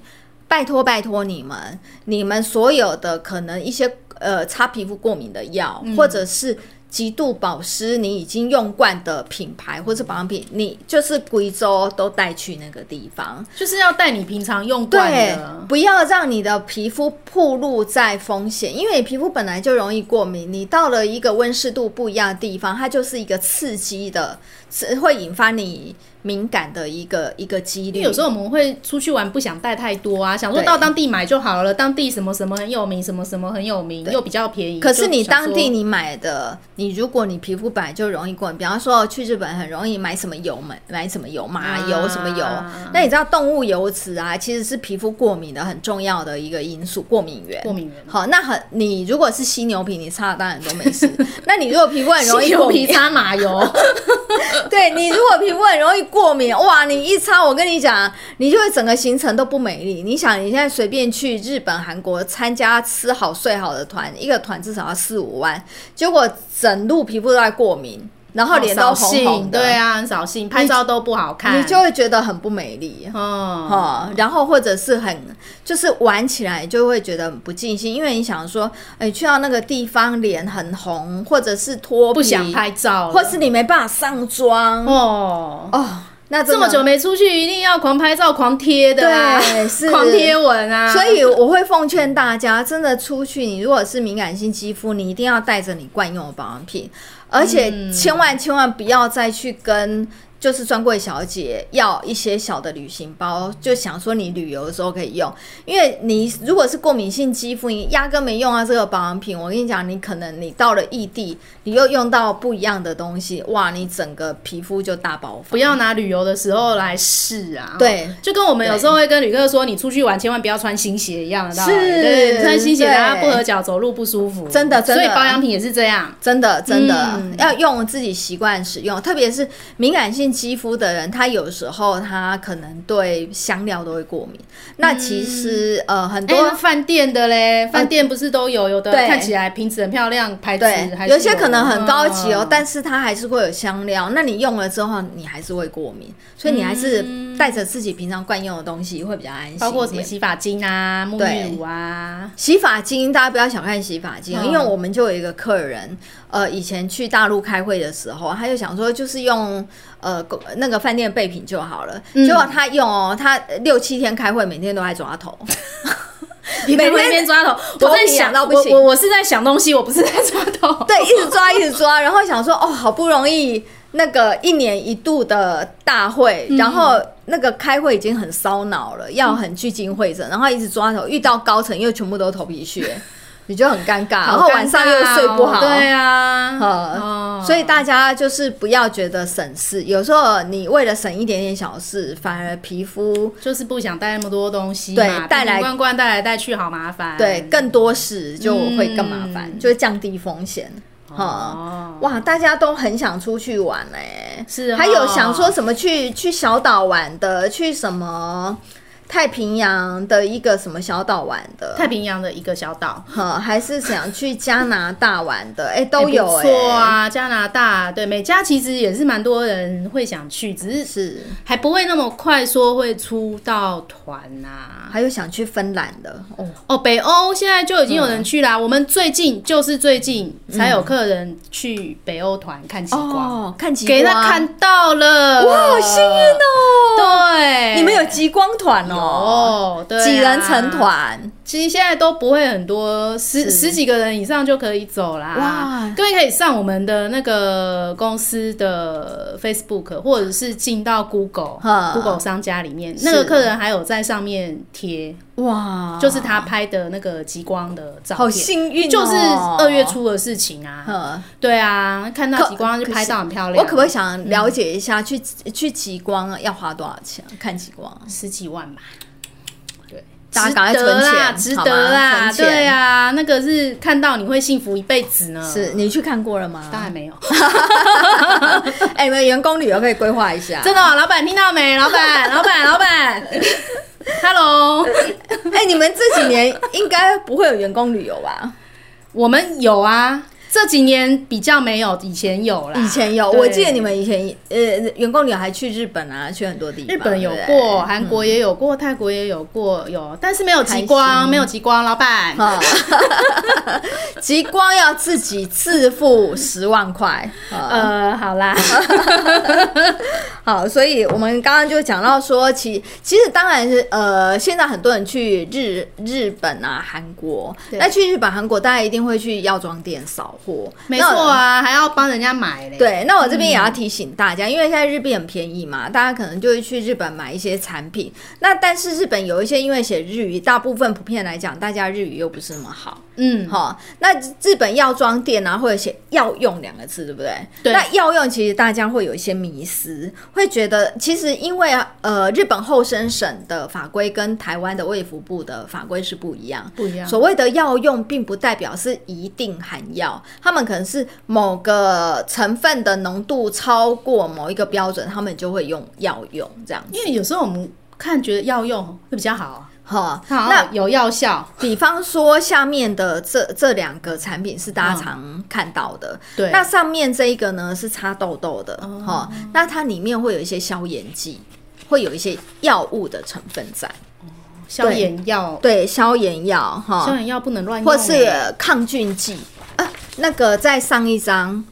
拜托拜托你们，你们所有的可能一些呃擦皮肤过敏的药，或者是极度保湿你已经用惯的品牌或是保养品，你就是贵州都带去那个地方。就是要带你平常用惯对的，。不要让你的皮肤暴露在风险，因为你皮肤本来就容易过敏，你到了一个温湿度不一样的地方，它就是一个刺激的，是会引发你敏感的一个一个几因率。为有时候我们会出去玩，不想带太多啊，想说对到当地买就好了。当地什么什么很有名，什么什么很有名，又比较便宜。可是你就想当说地你买的，你如果你皮肤本来就容易过敏，比方说去日本很容易买什么油买买什么油麻油什么油，啊那你知道动物油脂啊，其实是皮肤过敏的很重要的一个因素，过敏源。过敏源嘛，好，那很你如果是犀牛皮，你擦了当然都没 [LAUGHS] 事。那你如果皮肤很容易犀过牛 [LAUGHS] 皮敏，擦 [LAUGHS] 马油，对你如果皮肤很容易过敏，哇，你一擦，我跟你讲，你就会整个行程都不美丽。你想，你现在随便去日本、韩国参加吃好睡好的团，一个团至少要四五万，结果整路皮肤都在过敏，然后脸都扫红红兴，的，对啊，很扫兴，拍照都不好看。你就会觉得很不美丽。哦，哦，然后或者是很就是玩起来就会觉得很不尽兴，因为你想说，哎，去到那个地方脸很红，或者是脱皮不想，拍照了，或是你没办法上妆哦哦，那真这的么久没出去，一定要狂拍照、狂贴的啊， [LAUGHS] 对是狂贴文啊。所以我会奉劝大家，真的出去，你如果是敏感性肌肤，你一定要带着你惯用的保养品，而嗯且千万千万不要再去跟。就是专柜小姐要一些小的旅行包，就想说你旅游的时候可以用，因为你如果是过敏性肌肤，你压根没用到这个保养品。我跟你讲，你可能你到了异地，你又用到不一样的东西，哇，你整个皮肤就大爆发不。要拿旅游的时候来试啊。对，就跟我们有时候会跟旅客说，你出去玩千万不要穿新鞋一样的道理。是对，穿新鞋对大家不合脚，走路不舒服。真的真的所以保养品也是这样。真的，真的、嗯要用自己习惯使用，特别是敏感性肌肤的人，他有时候他可能对香料都会过敏。那其实、呃，很哎多、，那饭店的嘞，饭店不是都有？有的对看起来瓶子很漂亮，牌子对还，是有些可能很高级哦，嗯但是它还是会有香料。那你用了之后，你还是会过敏，所以你还是带着自己平常惯用的东西会比较安心一点。嗯包括什么洗发精啊、沐对浴乳啊，洗发精，大家不要小看洗发精，嗯因为我们就有一个客人，呃，以前去大陆开会的时候，他就想说，就是用呃公那个饭店备品就好了。嗯结果他用哦，他六七天开会，每天都在抓头， [LAUGHS] 你每每天天边抓头，头我在皮痒想，到不我行我我是在想东西，我不是在抓头。对，一直抓，一直抓，然后想说，哦，好不容易那个一年一度的大会，嗯然后那个开会已经很烧脑了，要很聚精会神，然后一直抓头，遇到高层又全部都头皮屑， [LAUGHS] 你就很尴尬，然后晚上又睡不好，哦对 [LAUGHS] 啊，呃哦，所以大家就是不要觉得省事，有时候你为了省一点点小事，反而皮肤就是不想带那么多东西嘛，对瓶带来瓶罐罐带来带去好麻烦。对更多事就会更麻烦，嗯就会降低风险。哈、哦，哇，大家都很想出去玩哎、是哦还有想说什么去去小岛玩的，去什么。太平洋的一个什么小岛玩的，太平洋的一个小岛。哈，还是想去加拿大玩的，哎、都有不哎、错啊，加拿大对美加其实也是蛮多人会想去，只是是，还不会那么快说会出到团呐、还有想去芬兰的哦，哦，北欧现在就已经有嗯人去啦、我们最近就是最近才有客人去北欧团看极光、哦，看极光，给他看到了，哇，好幸运哦！对，你们有极光团哦？哦，对、啊，几人成？团？其实现在都不会很多，十是十几个人以上就可以走啦。哇各位可以上我们的那个公司的 Facebook，或者是进到 Google 哈 Google 商家里面，那个客人还有在上面啊贴，哇，就是他拍的那个极光的照片。好幸运哦，就是二月初的事情啊，嗯。对啊，看到可极光就可拍照很漂亮。我可不可以想了解一嗯下，去去极光要花多少钱？看极光，十几万吧。对，大值家赶快存得啦，钱值好得吗啦，存钱对啊，那个是看到你会幸福一辈子呢。是，你去看过了吗？当然没有， [LAUGHS] [LAUGHS] 哎，你们员工旅游可以规划一 [LAUGHS] 下。真的哦、老板听到没？老板，老板，老 [LAUGHS] [LAUGHS] 板，Hello，哎，你们这几年应该不会有员工旅游吧？我们有啊，这几年比较没有，以前有啦，以前有，啊对我记得你们以前呃，员工旅游还去日本啊，去很多地方。日本有对不对过，韩国也有过，泰国也有过，有，但是没有极开光，心没有极光，老板。哈，啊 [LAUGHS] 极光要自己自付十万块。呃，呃，好啦，好，所以我们刚刚就讲到说，其其实当然是呃，现在很多人去日日本啊、韩国，对那去日本、韩国，大家一定会去药妆店扫货。 [LAUGHS] 没那错 [LAUGHS] 嗯啊，还要帮人家买嘞。对，那我这边也要提醒大家，因为现在日币很便宜嘛，大家可能就会去日本买一些产品。那但是日本有一些因为写日语，大部分普遍来讲，大家日语又不是那么好。嗯，哈、那日本药妆店啊，或者写药用两个字，对不对？对那药用其实大家会有一些迷思，会觉得其实因为呃，日本厚生省的法规跟台湾的卫福部的法规是不一样。不一样。所谓的药用，并不代表是一定含药，他们可能是某个成分的浓度超过某一个标准，他们就会用药用这样子。因为有时候我们看觉得药用会比较好，啊哈，它好那像有药效。比方说，下面的这这两个产品是嗯大家常看到的，对那上面这一个呢是擦痘痘的，哈、那它里面会有一些消炎剂，会有一些药物的成分在，消炎药，对，消炎药消哈，炎药不能乱用、啊欸或是抗菌剂啊。那个在上一张，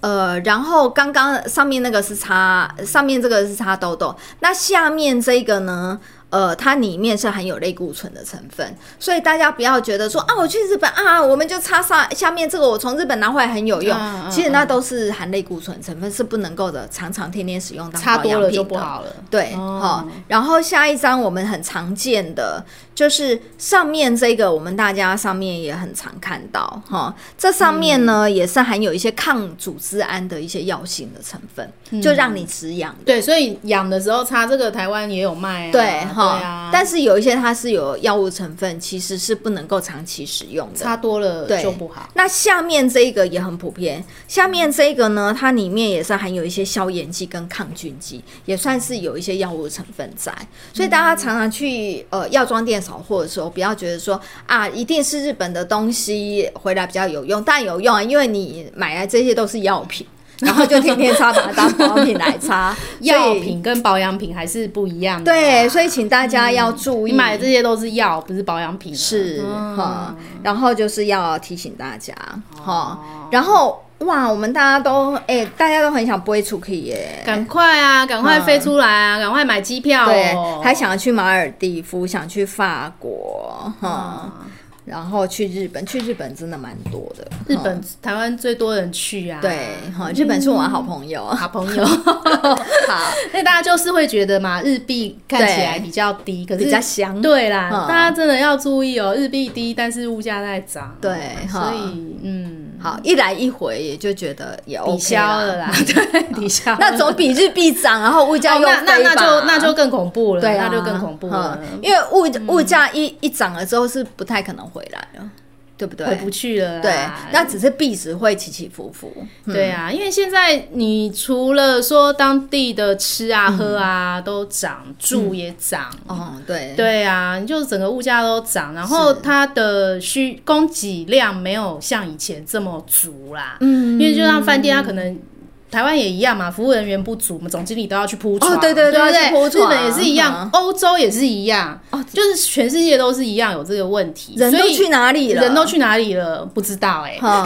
呃，然后刚刚上面那个是擦，上面这个是擦痘痘，那下面这个呢？呃，它里面是含有类固醇的成分，所以大家不要觉得说啊，我去日本啊，我们就擦上下面这个，我从日本拿回来很有用。嗯嗯其实那都是含类固醇成分，是不能够的，常常天天使用当擦保养多了品就不的好了。对，哦好、然后下一张我们很常见的就是上面这个，我们大家上面也很常看到哈、这上面呢、嗯也是含有一些抗组织胺的一些药性的成分，嗯就让你止痒的。对，所以养的时候擦这个，台湾也有卖啊。对哈、对啊，但是有一些它是有药物成分，其实是不能够长期使用的。擦多了对就不好。那下面这一个也很普遍，下面这一个呢，它里面也是含有一些消炎剂跟抗菌剂，也算是有一些药物成分在。所以大家常常去呃药妆店扫货的时候，不要觉得说啊，一定是日本的东西回来比较有用，但有用啊，因为你买来这些都是药 [LAUGHS] 品。然后就天天擦，把它当保养品来擦。药所以品跟保养品还是不一样的啊。对，所以请大家要注意，你买的这些都是药，不是保养品啊。是嗯哈、然后就是要提醒大家哈、然后哇，我们大家都哎、大家都很想不会出去耶，赶快啊，赶快飞出来啊，赶快买机票嗯对哦，。还想要去马尔地夫，想去法国哈、嗯然后去日本，去日本真的蛮多的，日哈本、台湾最多人去啊。对哈，日本是我好朋友，好朋友。 [LAUGHS] 好那大家就是会觉得嘛，日币看起来比较低，可是比较香对啦，嗯大家真的要注意哦，日币低，但是物价在涨。对哈所以嗯，好一来一回也就觉得也 OK 抵消了啦嗯啦，对，抵消了。那总比日币涨，然后物价哦又那那飞那吧就那就更恐怖了，对啊，那就更恐怖了。嗯因为物物价一一涨了之后是不太可能回来了。对不对？回不去了啦。对，那只是币值会起起伏嗯伏。对啊，因为现在你除了说当地的吃啊、嗯喝啊都涨，住也涨，哦，对，对啊，你就整个物价都涨，然后它的需供给量没有像以前这么足啦。嗯，因为就像饭店，它可能。台湾也一样嘛，服务人员不足，我们总经理都要去铺床，哦对对对对不要去铺日床本也是一样嗯，欧、洲也是一样，哦就是全世界都是一样有这个问题，人所都以去哪里了？嗯人都去哪里了？不知道哎、哈，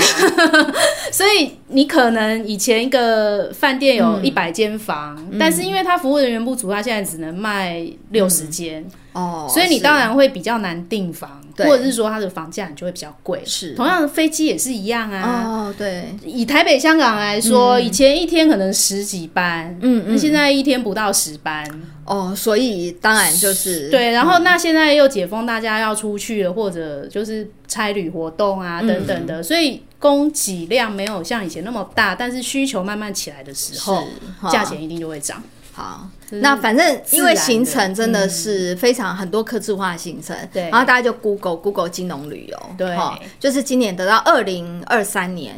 所以你可能以前一个饭店有嗯一百间房，但是因为它服务人员不足，它现在只能卖六十间，哦， [LAUGHS] 所以你是当然会比较难订房，对或者是说它的房价你就会比较贵。是同样的飞机也是一样啊。哦，对，以台北、香港来说，以前一天可能十几班，嗯那现在一天不到十班，哦，所以当然就是嗯对，然后那现在又解封，大家要出去了，或者就是差旅活动啊嗯等等的，所以供给量没有像以前那么大，但是需求慢慢起来的时候，哈价钱一定就会涨。好。这是那反正因自然为的行程真的是非常很多客制化的行程，对然后大家就 Google Google 金融旅游，对哈就是今年得到二零二三年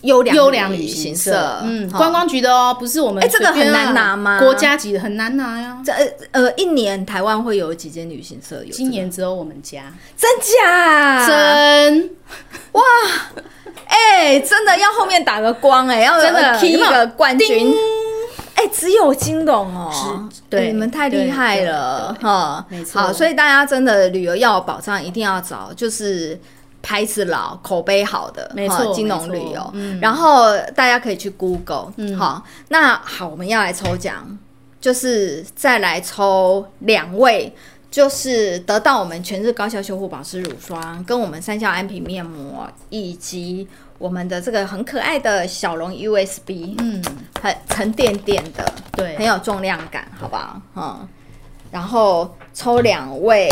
优良优良旅旅行社社，，嗯，哈观光局的哦，不是我们哎这个随便很啊难拿吗国家级的很难拿呀。这呃呃，一年台湾会有几间旅行社有这个？今年只有我们家，真假？真哎、真的要后面打个光哎、要真的踢一有没有个冠军。哎、只有金融哦，对你们太厉害了哈，对对对没错好，所以大家真的旅游要有保障，一定要找就是。牌子老、口碑好的，没哈错金融没错旅游。嗯然后大家可以去 Google，、好。那好，我们要来抽奖，就是再来抽两位，就是得到我们全日高效修护保湿乳霜，跟我们三效安瓶面膜，以及我们的这个很可爱的小龙 USB，嗯，很沉甸甸的，对很有重量感，好不好？嗯，然后抽两位。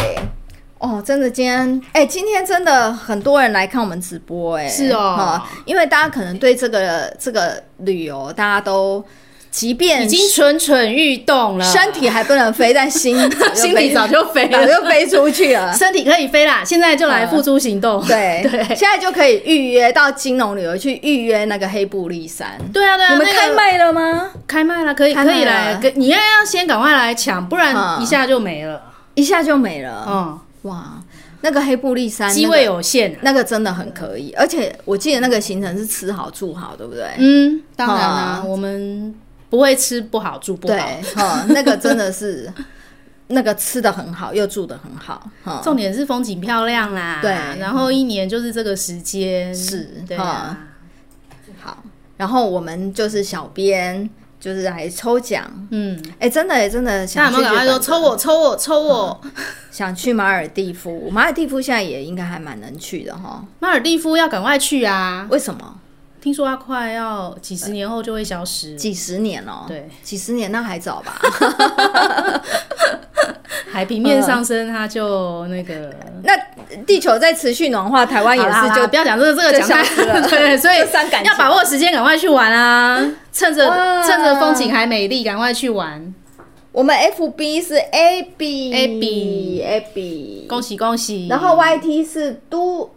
哦，真的，今天哎、今天真的很多人来看我们直播、哎，是哦嗯因为大家可能对这个这个旅游，大家都即便已经蠢蠢欲动了，身体还不能飞，但心早就 [LAUGHS] 心里飞早就飞早了，就飞出去了。身体可以飞啦，现在就来付诸行动。啊对 [LAUGHS] 对现在就可以预约到金融旅游去预约那个黑布利山。对啊，对啊，你们那个开卖了吗？开卖了，可以开可卖以来，了跟你要要先赶快来抢，不然嗯一下就没了。一下就没了。嗯，哇，那个黑布利山机那位个有限啊。那个真的很可以，而且我记得那个行程是吃好住好，对不对？嗯，当然啦，嗯我们不会吃不好住不对好，，哈，那个真的是 [LAUGHS] 那个吃的很好，又住的很好，哦哈，重点是风景漂亮啦。对然后一年就是这个时间，是对啊，好。然后我们就是小编，就是来抽奖。嗯，哎，真的耶，真的嗯那想有没有去赶快日说本抽的我抽我抽我？想去马尔蒂夫，马尔蒂夫现在也应该还蛮能去的哈。马尔蒂夫要赶快去啊！为什么？听说它快要几十年后就会消失，几十年哦、对，几十年那还早吧。 [LAUGHS] 海平面上升，它就那个。那地球在持续暖化，台湾也好啦是好啦就不要讲这个，这个就讲太消失了 [LAUGHS] 对，所以就伤感情要把握时间，赶快去玩啊！趁着哇趁着风景还美丽，赶快去玩！我们 FB 是 Abby Abby Abby，恭喜恭喜！然后 YT 是嘟，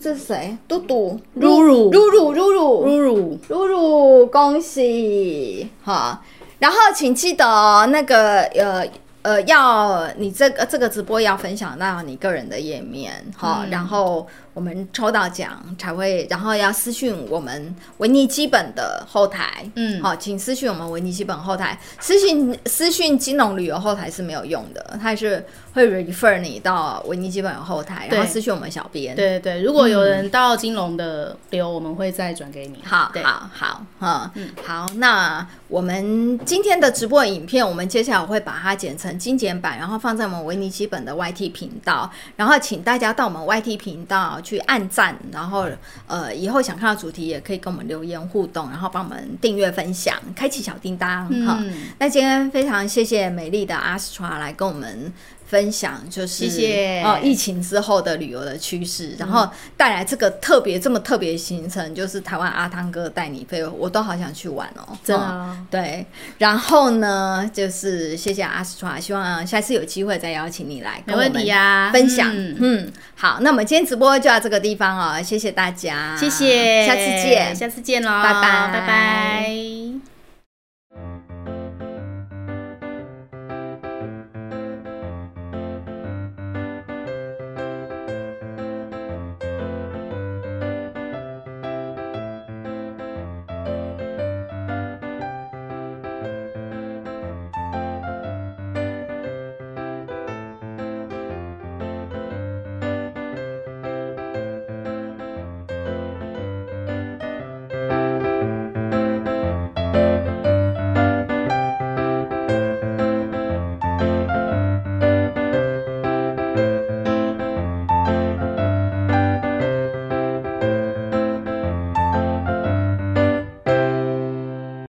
这是谁？嘟嘟露露露露露露露露，露露，恭喜哈！然后请记得哦那个呃呃，要你这个这个直播要分享到你个人的页面哈，嗯然后我们抽到奖才会，然后要私讯我们维尼基本的后台，嗯好，请私讯我们维尼基本后台，私信私信金融旅游后台是没有用的，它是会 refer 你到维尼基本后台，然后对私讯我们小编，对对对，如果有人到金融的流，我们会再转给你。好对，好好，嗯，好，那我们今天的直播影片，我们接下来我会把它剪成精简版，然后放在我们维尼基本的 YT 频道，然后请大家到我们 YT 频道去按赞，然后呃，以后想看到主题也可以跟我们留言互动，然后帮我们订阅、分享、开启小叮当，哈、嗯那今天非常谢谢美丽的 Astra 来跟我们分享，就是谢谢哦，疫情之后的旅游的趋势，然后带来这个特别这么特别的行程，就是台湾阿汤哥带你飞，我都好想去玩哦，真的嗯哦对，然后呢，就是谢谢阿斯川，希望下次有机会再邀请你来，没问题、呀、分享。嗯嗯好，那我们今天直播就到这个地方哦，谢谢大家，谢谢，下次见，下次见喽，拜拜拜拜。